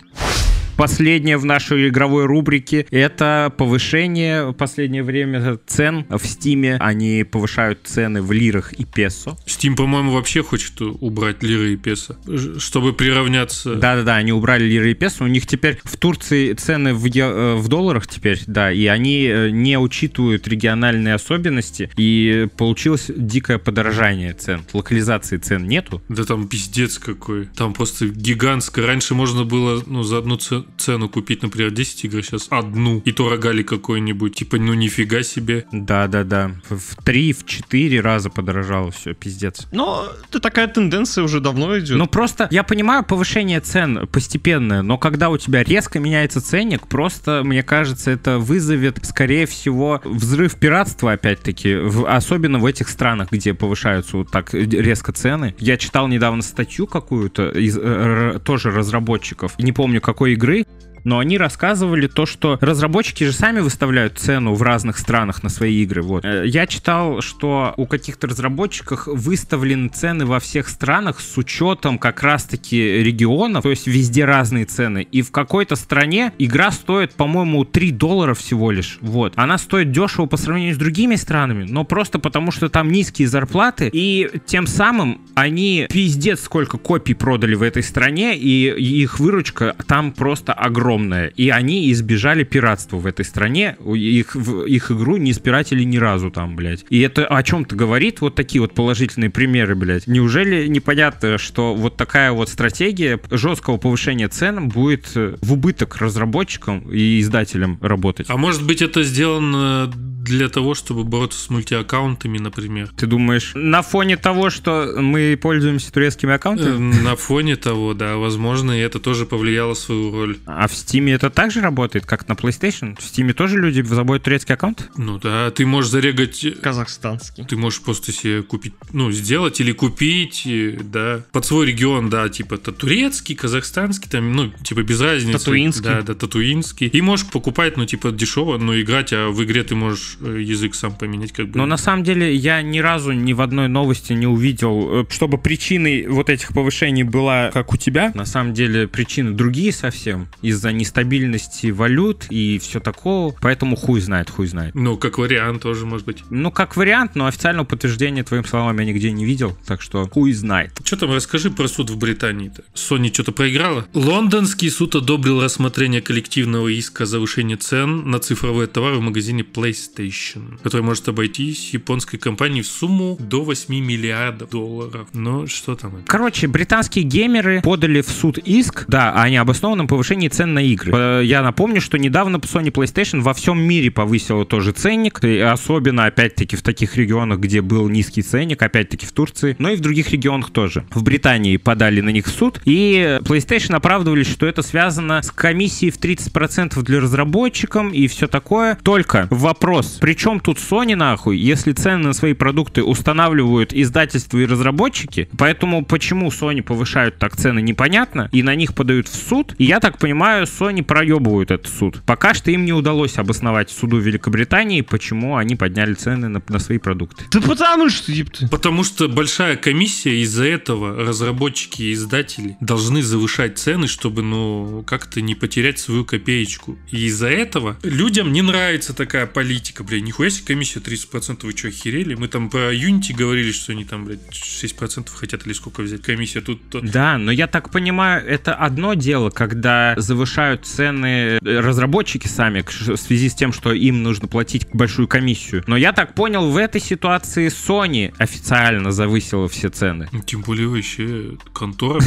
Последнее в нашей игровой рубрике — это повышение в последнее время цен в Стиме. Они повышают цены в лирах и песо.
Steam, по-моему, вообще хочет у- убрать лиры и песо, ж- чтобы приравняться.
Да-да-да, они убрали лиры и песо. У них теперь в Турции цены в, е- э, в долларах теперь, да, и они э, не учитывают региональные особенности, и получилось дикое подорожание цен. Локализации цен нету.
Да там пиздец какой. Там просто гигантское. Раньше можно было, ну, за одну ц- цену купить, например, 10 игр, сейчас одну. И то рогали какой-нибудь. Типа, ну нифига себе.
Да, да, да. В- В три, в четыре раза подорожало все, пиздец.
Но это такая тенденция уже давно идет.
Ну просто я понимаю повышение цен постепенное, но когда у тебя резко меняется ценник, просто мне кажется, это вызовет, скорее всего, взрыв пиратства опять-таки, в- особенно в этих странах, где повышаются вот так э, резко цены. Я читал недавно статью какую-то из э, р- тоже разработчиков, не помню какой игры, Но они рассказывали то, что разработчики же сами выставляют цену в разных странах на свои игры. Вот. Э, Я читал, что у каких-то разработчиков выставлены цены во всех странах с учетом как раз-таки регионов, то есть везде разные цены. И в какой-то стране игра стоит, по-моему, 3 доллара всего лишь. Вот. Она стоит дешево по сравнению с другими странами, но просто потому, что там низкие зарплаты, и тем самым они пиздец сколько копий продали в этой стране, и их выручка там просто огромная. И они избежали пиратства в этой стране, У- их, в- их игру не спиратели ни разу там, блядь. И это о чем-то говорит, вот такие вот положительные примеры, блядь. Неужели непонятно, что вот такая вот стратегия жесткого повышения цен будет э, в убыток разработчикам и издателям работать?
А может быть это сделано для того, чтобы бороться с мультиаккаунтами, например?
Ты думаешь, на фоне того, что мы пользуемся турецкими
Э,
аккаунтами,
На фоне того, да, возможно, и это тоже повлияло свою роль.
а в Стиме это так же работает, как на PlayStation? В Стиме тоже люди заводят турецкий аккаунт?
Ну да, ты можешь зарегать...
Казахстанский.
Ты можешь просто себе купить, ну, сделать или купить, э, да, под свой регион, да, типа та- турецкий, казахстанский, там, ну, типа без разницы.
Татуинский.
Да, да, татуинский. И можешь покупать, ну, типа дешево, но играть, а в игре ты можешь э, язык сам поменять, как бы.
Но Ну, на самом деле я ни разу ни в одной новости не увидел, э, чтобы причиной вот этих повышений была, как у тебя. На самом деле причины другие совсем. Из-за нестабильности валют и все такого. Поэтому хуй знает, хуй знает.
Ну, как вариант тоже, может быть.
Ну, как вариант, но официального подтверждения твоим словам я нигде не видел. Так что хуй знает.
Что там, расскажи про суд в Британии-то. Sony что-то проиграла? Лондонский суд одобрил рассмотрение коллективного иска за повышение цен на цифровые товары в магазине PlayStation, который может обойтись японской компании в сумму до 8 миллиардов долларов. Ну, что там? это?
Короче, британские геймеры подали в суд иск, да, о необоснованном повышении цен на игры. Э, Я напомню, что недавно Sony PlayStation во всем мире повысила тоже ценник, и особенно, опять-таки, в таких регионах, где был низкий ценник, опять-таки, в Турции, но и в других регионах тоже. В Британии подали на них в суд, и PlayStation оправдывались, что это связано с комиссией в 30% для разработчиков и все такое. Только вопрос, при чем тут Sony нахуй, если цены на свои продукты устанавливают издательства и разработчики, поэтому почему Sony повышают так цены непонятно, и на них подают в суд, и я так понимаю, Sony проебывают этот суд. Пока что им не удалось обосновать суду Великобритании, почему они подняли цены на, на свои продукты.
Да потому что, типа, ты.
Потому что большая комиссия, из-за этого разработчики и издатели должны завышать цены, чтобы, ну, как-то не потерять свою копеечку. И из-за этого людям не нравится такая политика, блядь, нихуя себе комиссия 30%, вы что, охерели? Мы там про Unity говорили, что они там, блядь, 6% хотят или сколько взять комиссия, тут то-
Да, но я так понимаю, это одно дело, когда завышают цены э, разработчики сами к- в связи с тем, что им нужно платить большую комиссию. Но я так понял, в этой ситуации Sony официально завысила все цены.
Ну, Тем более вообще контора.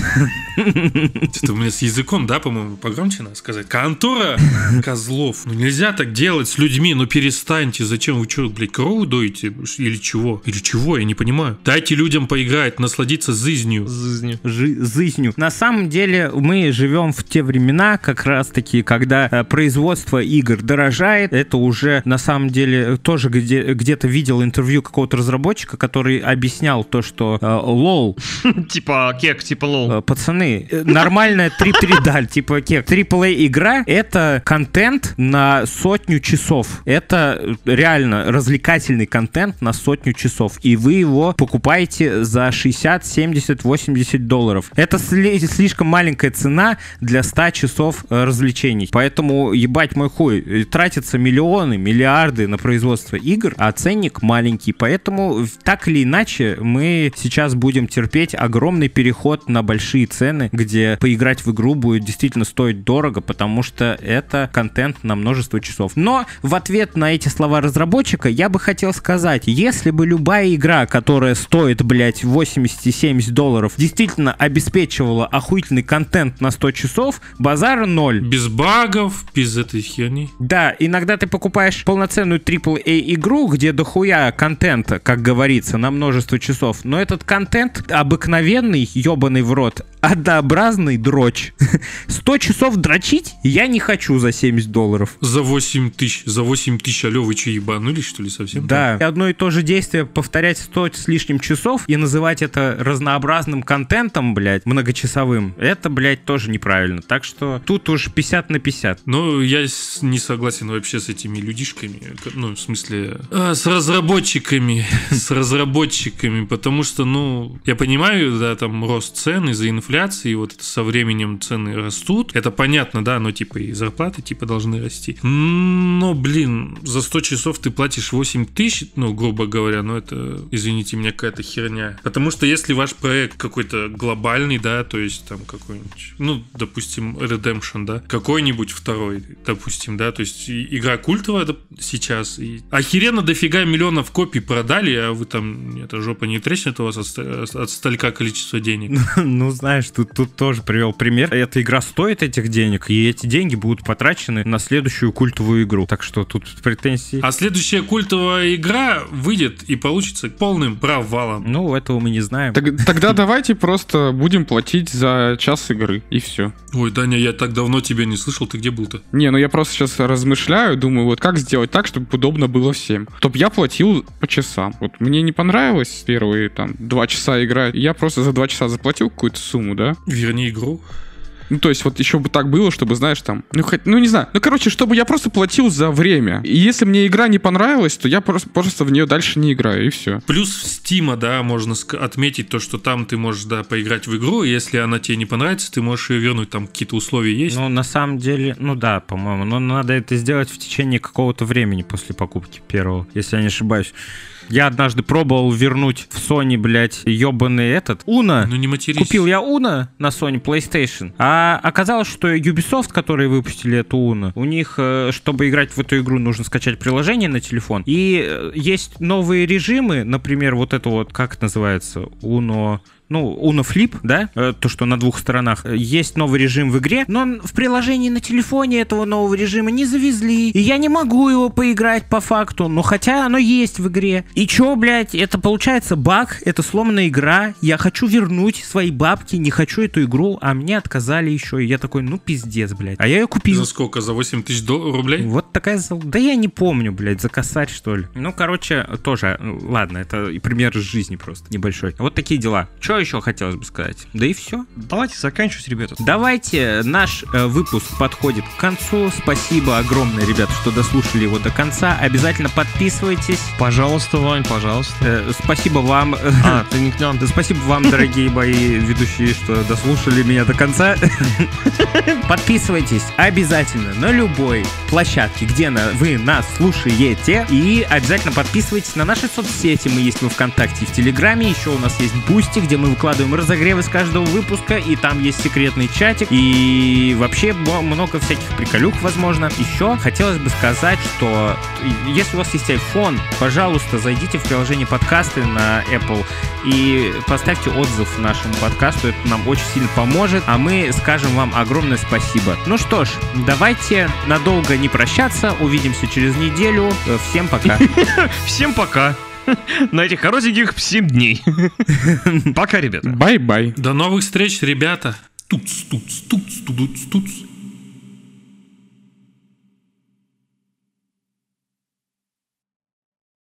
Это у меня с языком, да, по-моему, погромче надо сказать. Контора козлов. Ну нельзя так делать с людьми, ну перестаньте. Зачем вы что, блядь, корову доите? Или чего? Или чего, я не понимаю. Дайте людям поиграть, насладиться жизнью.
Жизнью.
Жи- жизнью. На самом деле мы живем в те времена, как раз таки, когда э, производство игр дорожает. Это уже на самом деле э, тоже где- где-то видел интервью какого-то разработчика, который объяснял то, что э, лол
Типа кек, типа лол.
Э, Пацаны, э, нормальная 3-3 даль, типа кек. Триплей игра — это контент на сотню часов. Это э, реально развлекательный контент на сотню часов. И вы его покупаете за 60, 70, 80 долларов. Это сли- слишком маленькая цена для 100 часов э, развлечений. Поэтому, ебать мой хуй, э, тратятся миллионы, миллиарды на производство игр, а ценник маленький. Поэтому в- так или иначе мы сейчас будем терпеть огромный переход на большие цены, где поиграть в игру будет действительно стоить дорого, потому что это контент на множество часов. Но в ответ на эти слова разработчика я бы хотел сказать, если бы любая игра, которая стоит, блядь, 80-70 долларов, действительно обеспечивала охуительный контент на 100 часов, базар ноль.
Без багов, без этой херни.
Да, иногда ты покупаешь полноценную AAA игру, где дохуя контента, как говорится, на множество часов, но этот контент обыкновенный, ебаный в рот, однообразный дрочь. 100 часов дрочить я не хочу за 70 долларов.
За 8 тысяч, за 8 тысяч, алё, вы вы что, ебанулись, что ли, совсем?
Да. И одно и то же действие повторять 100 с лишним часов и называть это разнообразным контентом, блядь, многочасовым, это, блядь, тоже неправильно. Так что тут уж 50 на 50.
Ну, я с- не согласен вообще с этими людишками. к- Ну, в смысле, а, с разработчиками. С разработчиками. Потому что, ну, я понимаю, да, там рост цен из-за инфляции, и вот это со временем цены растут. Это понятно, да, но типа и зарплаты типа должны расти. Но, блин, за 100 часов ты платишь 8 тысяч, ну, грубо говоря, но это, извините меня, какая-то херня. Потому что если ваш проект какой-то глобальный, да, то есть там какой-нибудь, ну, допустим, Redemption, да, какой-нибудь второй, допустим, да, то есть и- игра культовая доп- сейчас, и охеренно дофига миллионов копий продали, а вы там, эта жопа не треснет у вас от, ст- от столько количества денег.
Ну, знаешь, тут, тут тоже привел пример. Эта игра стоит этих денег, и эти деньги будут потрачены на следующую культовую игру. Так что тут претензий...
А следующая культовая игра выйдет и получится полным провалом.
Ну, этого мы не знаем.
Так- тогда давайте просто будем платить за час игры, и все.
Ой, Даня, я так давно тебя не слышал, ты где был-то?
Не, ну я просто сейчас размышляю, думаю, вот как сделать так, чтобы удобно было всем. Чтоб я платил по часам. Вот мне не понравилось первые там два часа игра. Я просто за два часа заплатил какую-то сумму, да?
Верни игру.
Ну, то есть, вот еще бы так было, чтобы, знаешь, там, ну, хоть, ну, не знаю, ну, короче, чтобы я просто платил за время. И если мне игра не понравилась, то я просто, просто в нее дальше не играю, и все.
Плюс в Стима, да, можно ск- отметить то, что там ты можешь, да, поиграть в игру, и если она тебе не понравится, ты можешь ее вернуть, там какие-то условия есть.
Ну, на самом деле, ну да, по-моему, но надо это сделать в течение какого-то времени после покупки первого, если я не ошибаюсь. Я однажды пробовал вернуть в Sony, блядь, ебаный этот, Уна.
Ну не матерись.
Купил я Уна на Sony PlayStation, а оказалось, что Ubisoft, которые выпустили эту Уна, у них, э, чтобы играть в эту игру, нужно скачать приложение на телефон. И э, есть новые режимы, например, вот это вот, как это называется, Uno... Ну, Uno Flip, да, э, то, что на двух сторонах. Э, Есть новый режим в игре, но он в приложении на телефоне этого нового режима не завезли. И я не могу его поиграть по факту, но хотя оно есть в игре. И чё, блядь, это получается баг, это сломанная игра, я хочу вернуть свои бабки, не хочу эту игру, а мне отказали еще. И я такой, ну пиздец, блядь. А я ее купил.
За сколько? За 8 тысяч дол- рублей?
Вот такая... зал- Да я не помню, блядь, за косарь, что ли. Ну, короче, тоже, ну, ладно, это и пример из жизни просто небольшой. Вот такие дела. Что еще хотелось бы сказать? Да и все.
Давайте заканчивать, ребята.
Давайте, наш э, выпуск подходит к концу. Спасибо огромное, ребят, что дослушали его до конца. Обязательно подписывайтесь.
Пожалуйста, Вань, пожалуйста.
Э, спасибо вам.
А, ты не к нам.
Да Спасибо вам, дорогие мои ведущие, что дослушали меня до конца. Подписывайтесь обязательно на любой площадке, где на- вы нас слушаете. И обязательно подписывайтесь на наши соцсети. Мы есть во ВКонтакте и в Телеграме. Еще у нас есть Бусти, где мы выкладываем разогревы с каждого выпуска. И там есть секретный чатик. И вообще м- много всяких приколюх, возможно. Еще хотелось бы сказать, что если у вас есть iPhone, пожалуйста, зайдите в приложение подкасты на Apple и поставьте отзыв нашему подкасту, это нам очень сильно поможет, а мы скажем вам огромное спасибо. Ну что ж, давайте надолго не прощаться, увидимся через неделю, Э, всем пока.
Всем пока. На этих коротеньких 7 дней. Пока, ребята.
Бай-бай.
До новых встреч, ребята. Туц, туц, туц, туц, туц.